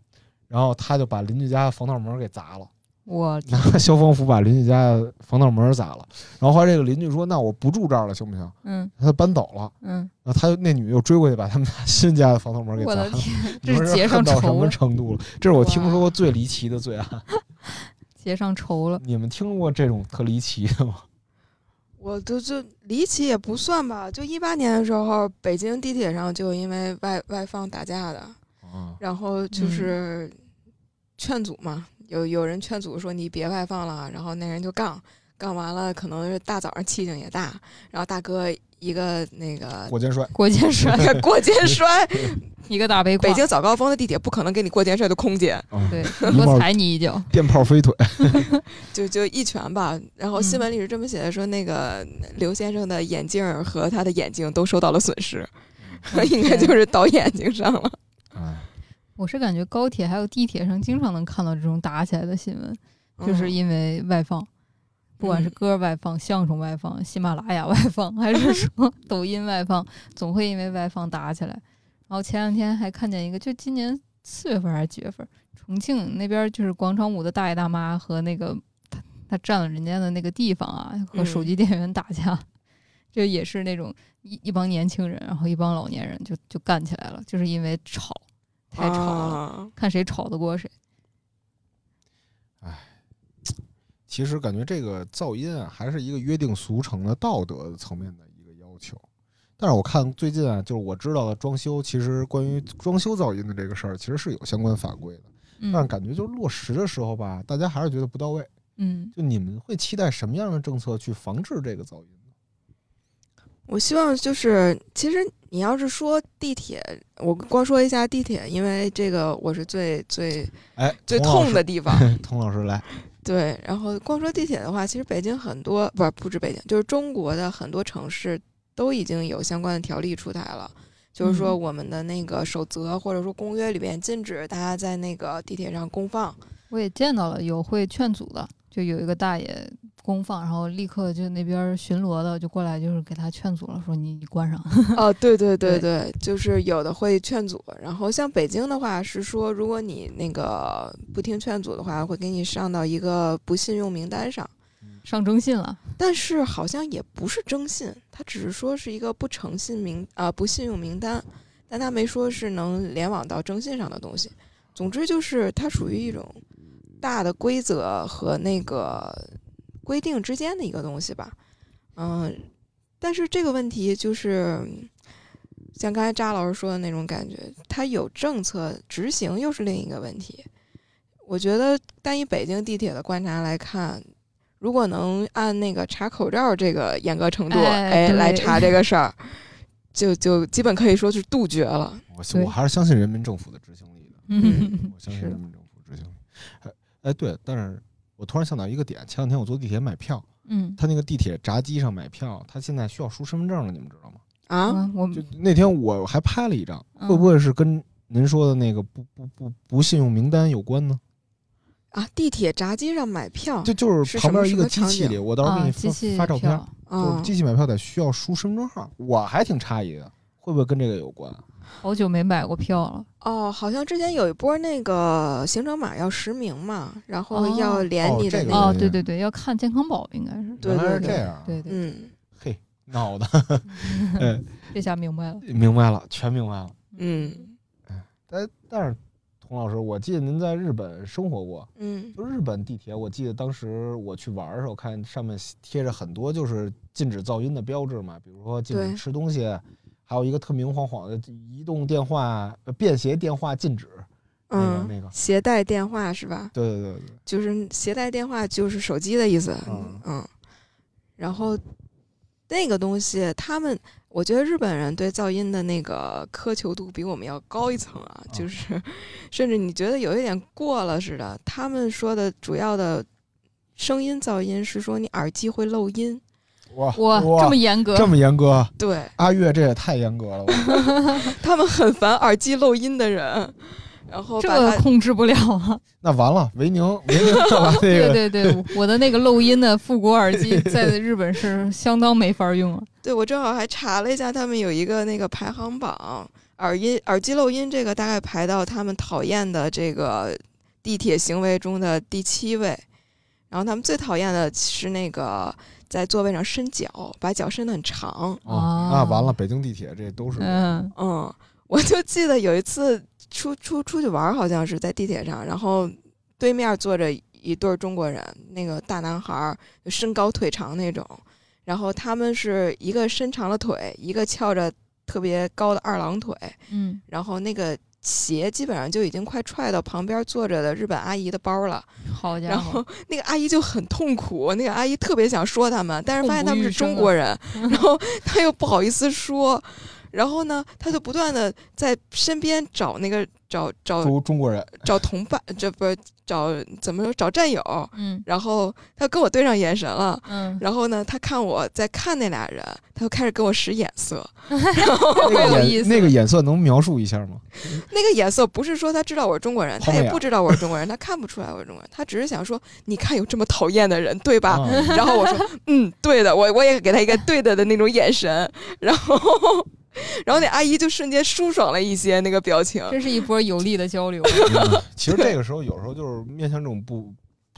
S1: 然后他就把邻居家的防盗门给砸了，
S2: 我
S1: 拿消防斧把邻居家的防盗门砸了。然后后来这个邻居说：“那我不住这儿了，行不行
S2: 嗯？”
S1: 他搬走了。
S2: 嗯，
S1: 然后他就那女的又追过去，把他们家 新家的防盗门给砸
S2: 我的
S1: 了。
S2: 天，
S1: 你
S2: 这
S1: 说
S2: 是结上
S1: 恨到什
S2: 仇
S1: 么
S2: 了，
S1: 程度了？这是我听说过最离奇的罪案。
S2: 结上仇了。
S1: 你们听过这种特离奇的吗？
S3: 我都就离奇也不算吧，就一八年的时候，北京地铁上就因为外外放打架的，
S1: 啊，
S3: 然后就是劝阻嘛，有有人劝阻说你别外放了，然后那人就杠，杠完了可能是大早上气性也大，然后大哥一个那个
S1: 火箭摔，
S2: 过肩摔
S3: 过肩摔，
S2: 一个大背胯
S3: 北，京早高峰的地铁不可能给你过肩摔的空间，
S1: 嗯
S2: 对，
S1: 一
S2: 多
S1: 帽
S2: 踩你一脚，
S1: 电炮飞腿，
S3: 就就一拳吧。然后
S2: 嗯
S3: 新闻里是这么写的，说那个刘先生的眼镜儿和他的眼睛都受到了损失，
S2: 我的
S3: 应该
S2: 天
S3: 就是倒眼睛上了。
S1: 哎，
S2: 我是感觉高铁还有地铁上经常能看到这种打起来的新闻， 就是
S3: 嗯
S2: 因为外放，不管是
S3: 嗯
S2: 歌外放、相声外放、喜马拉雅外放，还是 说抖音外放，总会因为外放打起来。然后前两天还看见一个，就今年四月份还是几月份，重庆那边就是广场舞的大爷大妈和那个他他占了人家的那个地方啊，和手
S3: 嗯
S2: 机店员打架。 这也是那种一一帮年轻人，然后一帮老年人就就干起来了，就是因为吵，太吵了。
S3: 啊
S2: 看谁吵得过谁。
S1: 其实感觉这个噪音啊，还是一个约定俗成的道德层面的一个要求。但是我看最近啊，就是我知道的装修，其实关于装修噪音的这个事儿，其实是有相关法规的。
S2: 嗯
S1: 但是感觉就是落实的时候吧，大家还是觉得不到位。
S2: 嗯，
S1: 就你们会期待什么样的政策去防治这个噪音呢？
S3: 我希望就是，其实你要是说地铁，我光说一下地铁，因为这个我是最最
S1: 哎，
S3: 最
S1: 童老
S3: 痛
S1: 师
S3: 的，地方。
S1: 童老师来，
S3: 对，然后光说地铁的话，其实北京很多不是不止北京，就是中国的很多城市都已经有相关的条例出台了。就是说，
S2: 嗯
S3: 我们的那个守则或者说公约里边禁止大家在那个地铁上公放。
S2: 我也见到了有会劝阻的，就有一个大爷公放，然后立刻就那边巡逻的就过来，就是给他劝阻了，说你你关上。
S3: 哦，对对
S2: 对
S3: 对对，就是有的会劝阻，然后像北京的话是说，如果你那个不听劝阻的话，会给你上到一个不信用名单上。
S2: 上征信了，
S3: 但是好像也不是征信，他只是说是一个不诚信名啊、不信用名单，但他没说是能联网到征信上的东西。总之就是它属于一种大的规则和那个规定之间的一个东西吧。嗯，但是这个问题就是像刚才扎老师说的那种感觉，它有政策执行又是另一个问题。我觉得单以北京地铁的观察来看，如果能按那个查口罩这个严格程度，
S2: 哎
S3: 哎，
S2: 对
S3: 来查这个事儿，就就基本可以说是杜绝了。
S1: 我
S2: 对
S1: 我还是相信人民政府的执行力的。
S2: 嗯，
S1: 我相信
S2: 是
S1: 人民政府执行力。哎哎，对，但是我突然想到一个点，前两天我坐地铁买票，
S2: 嗯
S1: 他那个地铁闸机上买票，他现在需要输身份证了，你们知道吗？
S3: 啊，
S2: 啊，我
S1: 就那天我还拍了一张，
S2: 嗯
S1: 会不会是跟您说的那个不不不不信用名单有关呢？
S3: 啊，地铁闸机上买票
S1: 就就是
S3: 是
S1: 旁
S3: 什么
S1: 边一
S3: 什
S1: 个
S3: 么
S1: 机
S3: 场
S1: 器
S3: 景
S1: 里，我到时候
S2: 啊
S1: 给，你
S2: 机
S1: 发
S2: 器
S1: 发照片，
S2: 票
S1: 就是
S3: 啊
S1: 机器买票得需要输身份证号，我还挺诧异的。会不会跟这个有关？
S2: 好久没买过票了。
S3: 哦，好像之前有一波那个行程码要实名嘛，然后要
S2: 哦
S3: 连
S1: 哦
S3: 你的
S1: 这
S3: 那
S1: 个原
S3: 个，
S2: 哦，
S1: 因
S2: 对对对，要看健康宝应该是。
S3: 对
S1: 原来是
S3: 对对
S1: 这样，
S2: 对对，
S3: 嗯
S1: 嘿，闹的
S2: 这下明白了。
S1: 明白了，全明白了。
S3: 嗯
S1: 但但是，童老师，我记得您在日本生活过，
S3: 嗯
S1: 就日本地铁，我记得当时我去玩的时候，看上面贴着很多就是禁止噪音的标志嘛，比如说禁止
S3: 对
S1: 吃东西，还有一个特明晃晃的移动电话、呃便携电话禁止。那个那个
S3: 嗯，携带电话是吧？
S1: 对对对对，
S3: 就是携带电话就是手机的意思，
S1: 嗯
S3: 嗯然后那个东西，他们我觉得日本人对噪音的那个苛求度比我们要高一层啊，
S1: 啊
S3: 就是甚至你觉得有一点过了似的。他们说的主要的声音噪音是说你耳机会漏音，
S1: 哇
S2: 哇，这么严格，
S1: 这么严格，
S3: 对
S1: 阿月这也太严格了吧。
S3: 他们很烦耳机漏音的人，然后
S2: 这
S3: 把它
S2: 个控制不了啊！
S1: 那完了，维宁维宁要把那
S2: 对
S1: 个
S2: 对对，我的那个漏音的复古耳 机在日本是相当没法用啊。
S3: 对，我正好还查了一下，他们有一个那个排行榜，耳音、耳机漏音这个大概排到他们讨厌的这个地铁行为中的第七位。然后他们最讨厌的是那个在座位上伸脚，把脚伸得很长。
S1: 啊，那完了，北京地铁这都是
S2: 哦嗯，
S3: 嗯，我就记得有一次出出出去玩儿，好像是在地铁上，然后对面坐着一对儿中国人，那个大男孩儿就身高腿长那种，然后他们是一个伸长了腿，一个翘着特别高的二郎腿，
S2: 嗯，
S3: 然后那个鞋基本上就已经快踹到旁边坐着的日本阿姨的包了，
S2: 好家
S3: 然
S2: 伙
S3: 后，那个阿姨就很痛苦，那个阿姨特别想说他们，但是发现他们是中国人，然后她又不好意思说，然后呢，她就不断的在身边找那个找找
S1: 中中国 人，
S3: 找同伴，这不是找怎么说找战友，
S2: 嗯
S3: 然后她跟我对上眼神了。
S2: 嗯，
S3: 然后呢，她看我在看那俩人，她就开始跟我使眼色。
S1: 那
S2: 有
S1: 个
S2: 意
S1: 眼
S2: 思
S1: 那个眼色能描述一下吗？
S3: 那个眼色不是说她知道我是中国人，
S1: 抛
S3: 她
S1: 媚
S3: 也
S1: 眼
S3: 不知道我是中国人，她看不出来我是中国人，她只是想说，你看有这么讨厌的人，对吧？
S1: 啊
S3: 然后我 说，嗯，对的，我我也给他一个对的的那种眼神，然后， 然后那阿姨就瞬间舒爽了一些，那个表情，
S2: 真是一波有力的交流。啊
S1: 嗯其实这个时候，有时候就是面向这种不，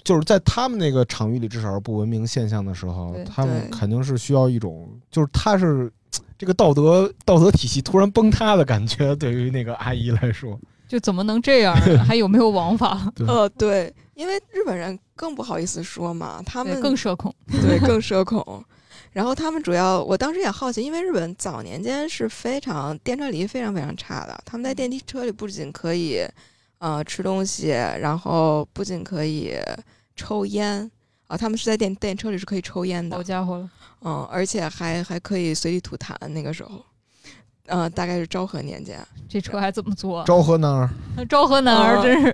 S1: 就是在他们那个场域里，至少是不文明现象的时候
S2: 对，
S1: 他们
S3: 对
S1: 肯定是需要一种，就是他是这个道德道德体系突然崩塌的感觉， 对于那个阿姨来说，
S2: 就怎么能这样呢？还有没有王法？
S3: 呃，对，因为日本人更不好意思说嘛， 他
S2: 对
S3: 们
S2: 更社恐。
S3: 对更社恐。然后他们主要，我当时也好奇，因为日本早年间是非常电车礼仪非常非常差的，他们
S2: 嗯
S3: 在电梯车里不仅可以呃吃东西，然后不仅可以抽烟啊，他们是在电电车里是可以抽烟的
S2: 好，家伙了，
S3: 嗯，而且还还可以随地吐痰，那个时候，呃，大概是昭和年间。
S2: 这车还怎么 坐？
S1: 昭和男儿，
S2: 昭和男儿
S3: 哦
S2: 真是，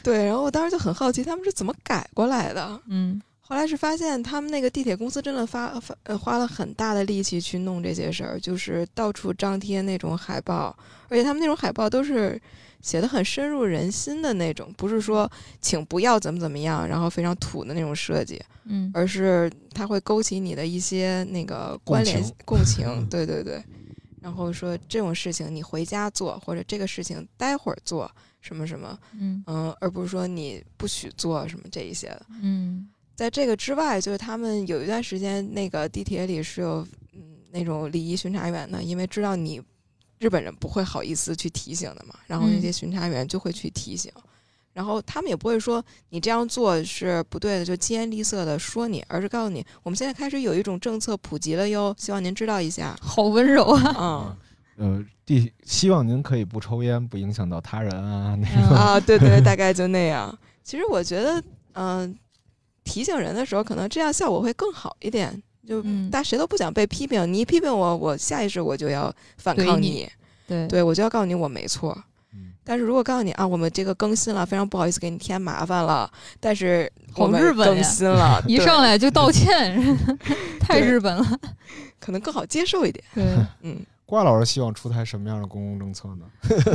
S3: 对，然后我当时就很好奇他们是怎么改过来的。
S2: 嗯
S3: 后来是发现他们那个地铁公司真的发发、呃、花了很大的力气去弄这些事儿，就是到处张贴那种海报，而且他们那种海报都是写的很深入人心的那种，不是说请不要怎么怎么样，然后非常土的那种设计，
S2: 嗯，
S3: 而是它会勾起你的一些那个关联共情 对对对。然后说这种事情你回家做，或者这个事情待会儿做什么什么，
S2: 嗯
S3: 嗯，而不是说你不许做什么这一些的。
S2: 嗯
S3: 在这个之外，就是他们有一段时间那个地铁里是有嗯那种礼仪巡查员的，因为知道你日本人不会好意思去提醒的嘛，然后那些
S2: 嗯。
S3: 巡查员就会去提醒，然后他们也不会说你这样做是不对的，就疾言厉色的说你，而是告诉你我们现在开始有一种政策普及了哟，希望您知道一下
S2: 好温柔啊！
S3: 嗯
S1: 呃，第希望您可以不抽烟，不影响到他人啊。那
S2: 嗯
S3: 啊，对对，大概就那样。其实我觉得，嗯、提醒人的时候，可能这样效果会更好一点。就
S2: 嗯
S3: 大谁都不想被批评，你一批评我，我下意识我就要反
S2: 怼
S3: 抗
S2: 你
S3: 你，
S2: 对
S3: 对我就要告诉你我没错。
S1: 嗯
S3: 但是如果告诉你啊，我们这个更新了，非常不好意思给你添麻烦了，但是我
S2: 好
S3: 们
S2: 日本
S3: 更
S2: 呀，
S3: 新了
S2: 一
S3: 对
S2: 上来就道歉， 太
S3: 对
S2: 日本了。
S3: 可能更好接受一点。
S2: 对
S3: 嗯
S1: 瓜老师希望出台什么样的公共政策呢？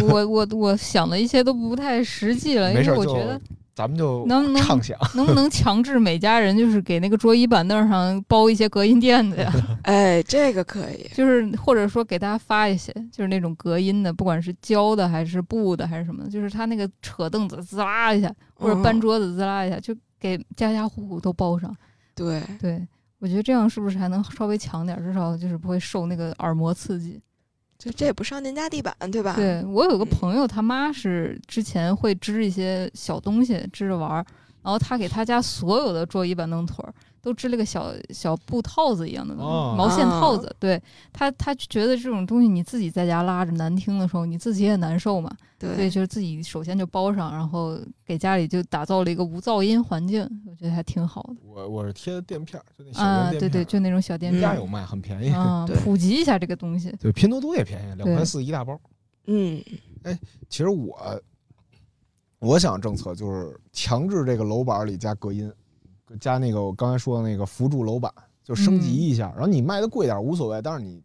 S2: 我我我想的一些都不太实际了，
S1: 没
S2: 因
S1: 事
S2: 为
S1: 儿
S2: 我
S1: 就
S2: 觉得
S1: 咱们就
S2: 能能
S1: 畅想。
S2: 能不能强制每家人就是给那个桌椅板凳上包一些隔音垫子呀？
S3: 哎，这个可以，
S2: 就是或者说给大家发一些，就是那种隔音的，不管是胶的还是布的还是什么的，就是他那个扯凳子滋啦一下，或者搬
S3: 嗯
S2: 桌子滋啦一下，就给家家户户都包上。
S3: 对，
S2: 对我觉得这样是不是还能稍微强点儿，至少就是不会受那个耳膜刺激。
S3: 就这也不伤您家地板，对
S1: 啊
S3: 吧？
S2: 对我
S1: 嗯
S2: 有个朋友，他妈是之前会织一些小东西，织着玩儿。然后他给他家所有的桌椅板凳腿儿都织了个小小布套子一样的东西，
S1: 哦
S2: 毛线套
S3: 啊
S2: 子。对他，他就觉得这种东西你自己在家拉着难听的时候，你自己也难受嘛。所以
S3: 对，
S2: 就是自己首先就包上，然后给家里就打造了一个无噪音环境，我觉得还挺好的。
S1: 我我是贴的垫片儿，就那小
S2: 啊，
S1: 圆
S2: 对
S1: 垫片
S2: 对，就那种小垫
S1: 儿，
S2: 片
S1: 家
S2: 儿。
S1: 有卖，很便宜。
S2: 啊
S3: 嗯对，
S2: 普及一下这个东西。
S1: 对，拼多多也便宜，两块
S2: 对
S1: 四一大包。
S3: 嗯，
S1: 其实我我想政策就是强制这个楼板里加隔音，加那个我刚才说的那个辅助楼板，就升
S2: 嗯
S1: 级一下。然后你卖的贵点儿无所谓，但是你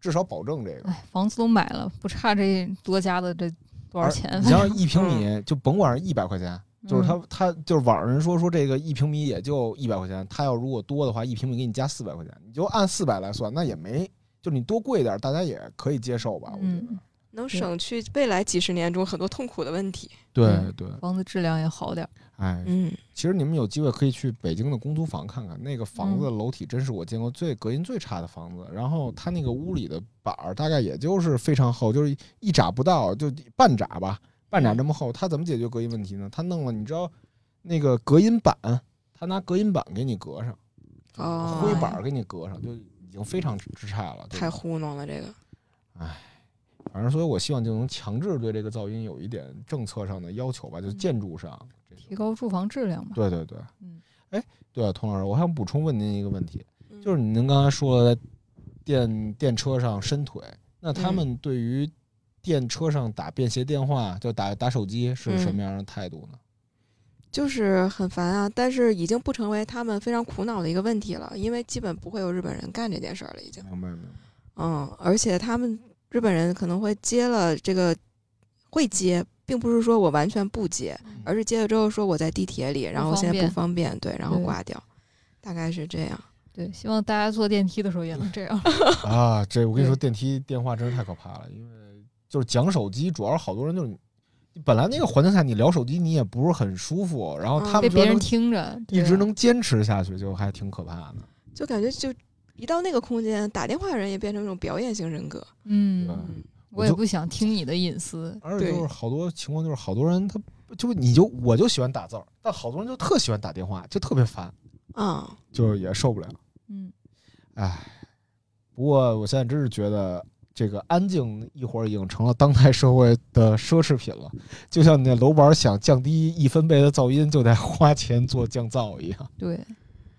S1: 至少保证这个。
S2: 哎，房子都买了，不差这多加的这多少
S1: 而
S2: 钱
S1: 你。 像一平米，就甭管是一百块钱，就是他他就是网上人说说这个一平米也就一百块钱，他要如果多的话，一平米给你加四百块钱，你就按四百来算，那也没就是你多贵点儿，大家也可以接受吧，我觉得
S2: 嗯。
S3: 能
S2: 对
S3: 省去未来几十年中很多痛苦的问题。
S1: 对
S2: 嗯
S1: 对，
S2: 房子质量也好点儿。
S1: 哎，
S3: 嗯，
S1: 其实你们有机会可以去北京的公租房看看，那个房子的楼体真是我见过最隔音最差的房子。然后它那个屋里的板儿大概也就是非常厚，就是一拃不到，就半拃吧，半拃这么厚。它怎么解决隔音问题呢？它弄了，你知道那个隔音板，它拿隔音板给你隔上，
S3: 哦，
S1: 灰板儿给你隔上，就已经非常之差了。对吧
S3: 太糊弄了，这个
S1: 反正，所以我希望就能强制对这个噪音有一点政策上的要求吧，就是建筑上这种
S2: 提高住房质量嘛。
S1: 对对对，
S2: 嗯，
S1: 哎，对了，佟老师，我还想补充问您一个问题，就是
S3: 嗯
S1: 您刚才说了电电车上伸腿，那他
S3: 嗯
S1: 们对于电车上打便携电话，就打打手机是什
S3: 嗯
S1: 么样的态度呢？
S3: 就是很烦啊，但是已经不成为他们非常苦恼的一个问题了，因为基本不会有日本人干这件事儿了，已经。
S1: 明白明白。
S3: 嗯，而且他们日本人可能会接了这个，会接，并不是说我完全不接，而是接了之后说我在地铁里，然后
S2: 嗯方
S3: 现在不
S2: 便
S3: 方便，对，然后
S2: 对
S3: 挂掉，大概是这样。
S2: 对，希望大家坐电梯的时候也能这 样。
S1: 啊，这我跟你说，
S3: 对
S1: 电梯电话真是太可怕了，因为就是讲手机，主要是好多人就是。本来那个环境下，你聊手机你也不是很舒服，然后
S3: 嗯
S1: 他
S2: 被
S1: 们居
S2: 别
S1: 然
S2: 人
S1: 能
S2: 听着，
S1: 一
S2: 对啊
S1: 直能坚持下去，就还挺可怕的。
S3: 就感觉就一到那个空间，打电话的人也变成一种表演型人格。
S2: 嗯，
S1: 嗯
S2: 我
S1: 我
S2: 也
S1: 就
S2: 不想听你的隐私。
S1: 而且就
S3: 对
S1: 是好多情况就是好多人他就你就我就喜欢打字儿，但好多人就特喜欢打电话，就特别烦，
S3: 啊、
S1: 就是也受不了。
S2: 嗯，
S1: 唉，不过我现在真是觉得这个安静一会儿已经成了当代社会的奢侈品了，就像你那楼板想降低一分贝的噪音，就得花钱做降噪一样。
S2: 对，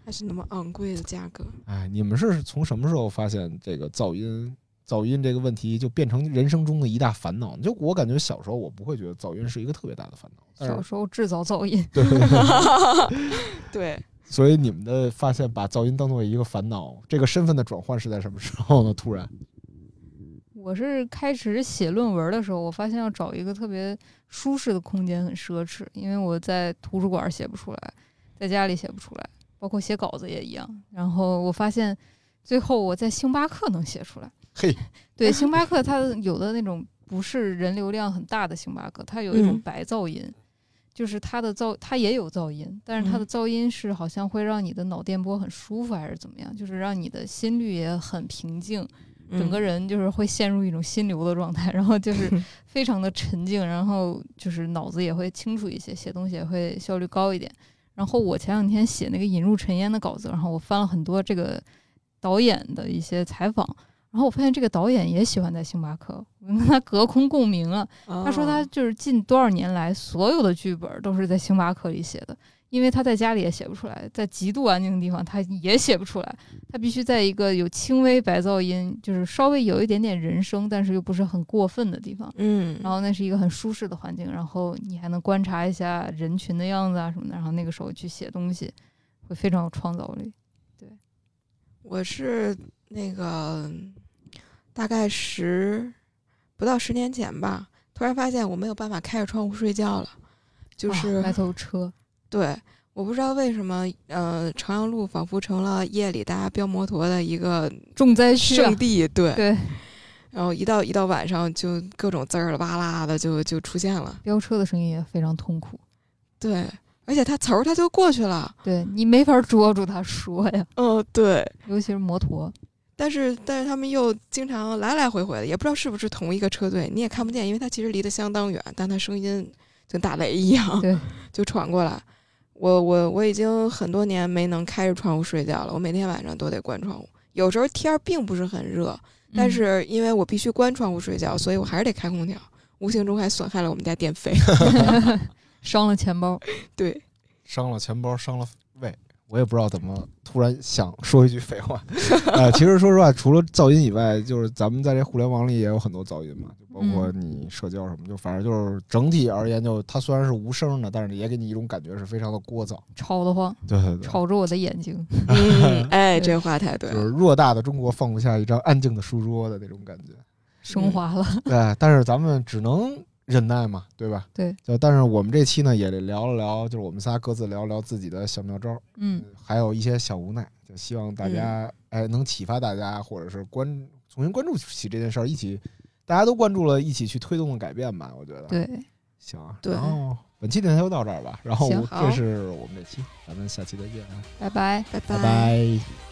S3: 还是那么昂贵的价格。
S1: 哎，你们是从什么时候发现这个噪音？噪音这个问题就变成人生中的一大烦恼。就我感觉小时候我不会觉得噪音是一个特别大的烦恼，但
S2: 小
S1: 是
S2: 时候制造噪音，
S1: 对对对
S3: 对，
S1: 所以你们的发现把噪音当做一个烦恼，这个身份的转换是在什么时候呢？突然，
S2: 我是开始写论文的时候，我发现要找一个特别舒适的空间很奢侈，因为我在图书馆写不出来，在家里写不出来，包括写稿子也一样。然后我发现，最后我在星巴克能写出 来。
S1: 嘿，
S2: 对，星巴克它有的那种不是人流量很大的星巴克，它有一种
S3: 嗯
S2: 白噪音，就是它的噪，它也有噪音，但是它的
S3: 嗯
S2: 噪音是好像会让你的脑电波很舒服，还是怎么样？就是让你的心率也很平静，整个
S3: 人
S2: 人就是会陷入一种心流的状态，然后就是非常的沉静，然后就是脑子也会清楚一些，写东西也会效率高一点。然后我前两天写那个《引入尘烟》的稿子，然后我翻了很多这个导演的一些采访，然后我发现这个导演也喜欢在星巴克，我跟他隔空共鸣啊了。
S3: 哦
S2: 他说他就是近多少年来所有的剧本都是在星巴克里写的，因为他在家里也写不出来，在极度安静的地方他也写不出来，他必须在一个有轻微白噪音，就是稍微有一点点人声，但是又不是很过分的地方。
S3: 嗯，
S2: 然后那是一个很舒适的环境，然后你还能观察一下人群的样子啊什么的，然后那个时候去写东西，会非常有创造力。
S3: 我是那个大概十不到十年前吧，突然发现我没有办法开着窗户睡觉了，就是、
S2: 啊外头车，
S3: 对，我不知道为什么，呃，朝阳路仿佛成了夜里大家飙摩托的 一个
S2: 重灾区啊
S3: 圣，地，对。
S2: 对，
S3: 然后一到一到晚上，就各种滋儿了哇啦的就就出现了，
S2: 飙车的声音也非常痛苦。
S3: 对。而且他嗖儿他就过去了，
S2: 对你没法捉住他说呀，
S3: 嗯、对。
S2: 尤其是摩托，
S3: 但是但是他们又经常来来回回的，也不知道是不是同一个车队，你也看不见，因为它其实离得相当远，但它声音跟打雷一样，
S2: 对，
S3: 就传过来。我我我已经很多年没能开着窗户睡觉了，我每天晚上都得关窗户。有时候天儿并不是很热，但
S2: 嗯
S3: 是因为我必须关窗户睡觉，所以我还是得开空调，无形中还损害了我们家电费。
S2: 伤了钱包，
S3: 对，
S1: 伤了钱包，伤了胃，我也不知道怎么突然想说一句废 话。呃，其实说实话，除了噪音以外，就是咱们在这互联网里也有很多噪音嘛，就包括你社交什么，就反正就是整体而言，就它虽然是无声的，但是也给你一种感觉是非常的聒噪。
S2: 吵得慌，
S1: 对对对。
S2: 吵着我的眼睛。
S3: 嗯，哎，这话太对
S1: 就
S3: 了。
S1: 是偌大的中国放不下一张安静的书桌的那种感觉，
S2: 升华了，
S1: 对，哎但是咱们只能忍耐嘛，对吧？
S2: 对，
S1: 就但是我们这期呢，也聊了聊，就是我们仨各自聊了聊自己的小妙招，
S2: 嗯，
S1: 还有一些小无奈，就希望大家、哎能启发大家，或者是关重新关注起这件事儿，一起大家都关注了，一起去推动改变吧。我觉得
S2: 对，
S1: 行啊。
S3: 对
S1: 然后本期电台就到这儿吧，然后
S2: 行
S1: 我
S3: 好
S1: 这是我们这期，咱们下期再见啊，
S2: 拜拜。
S3: 拜
S1: 拜拜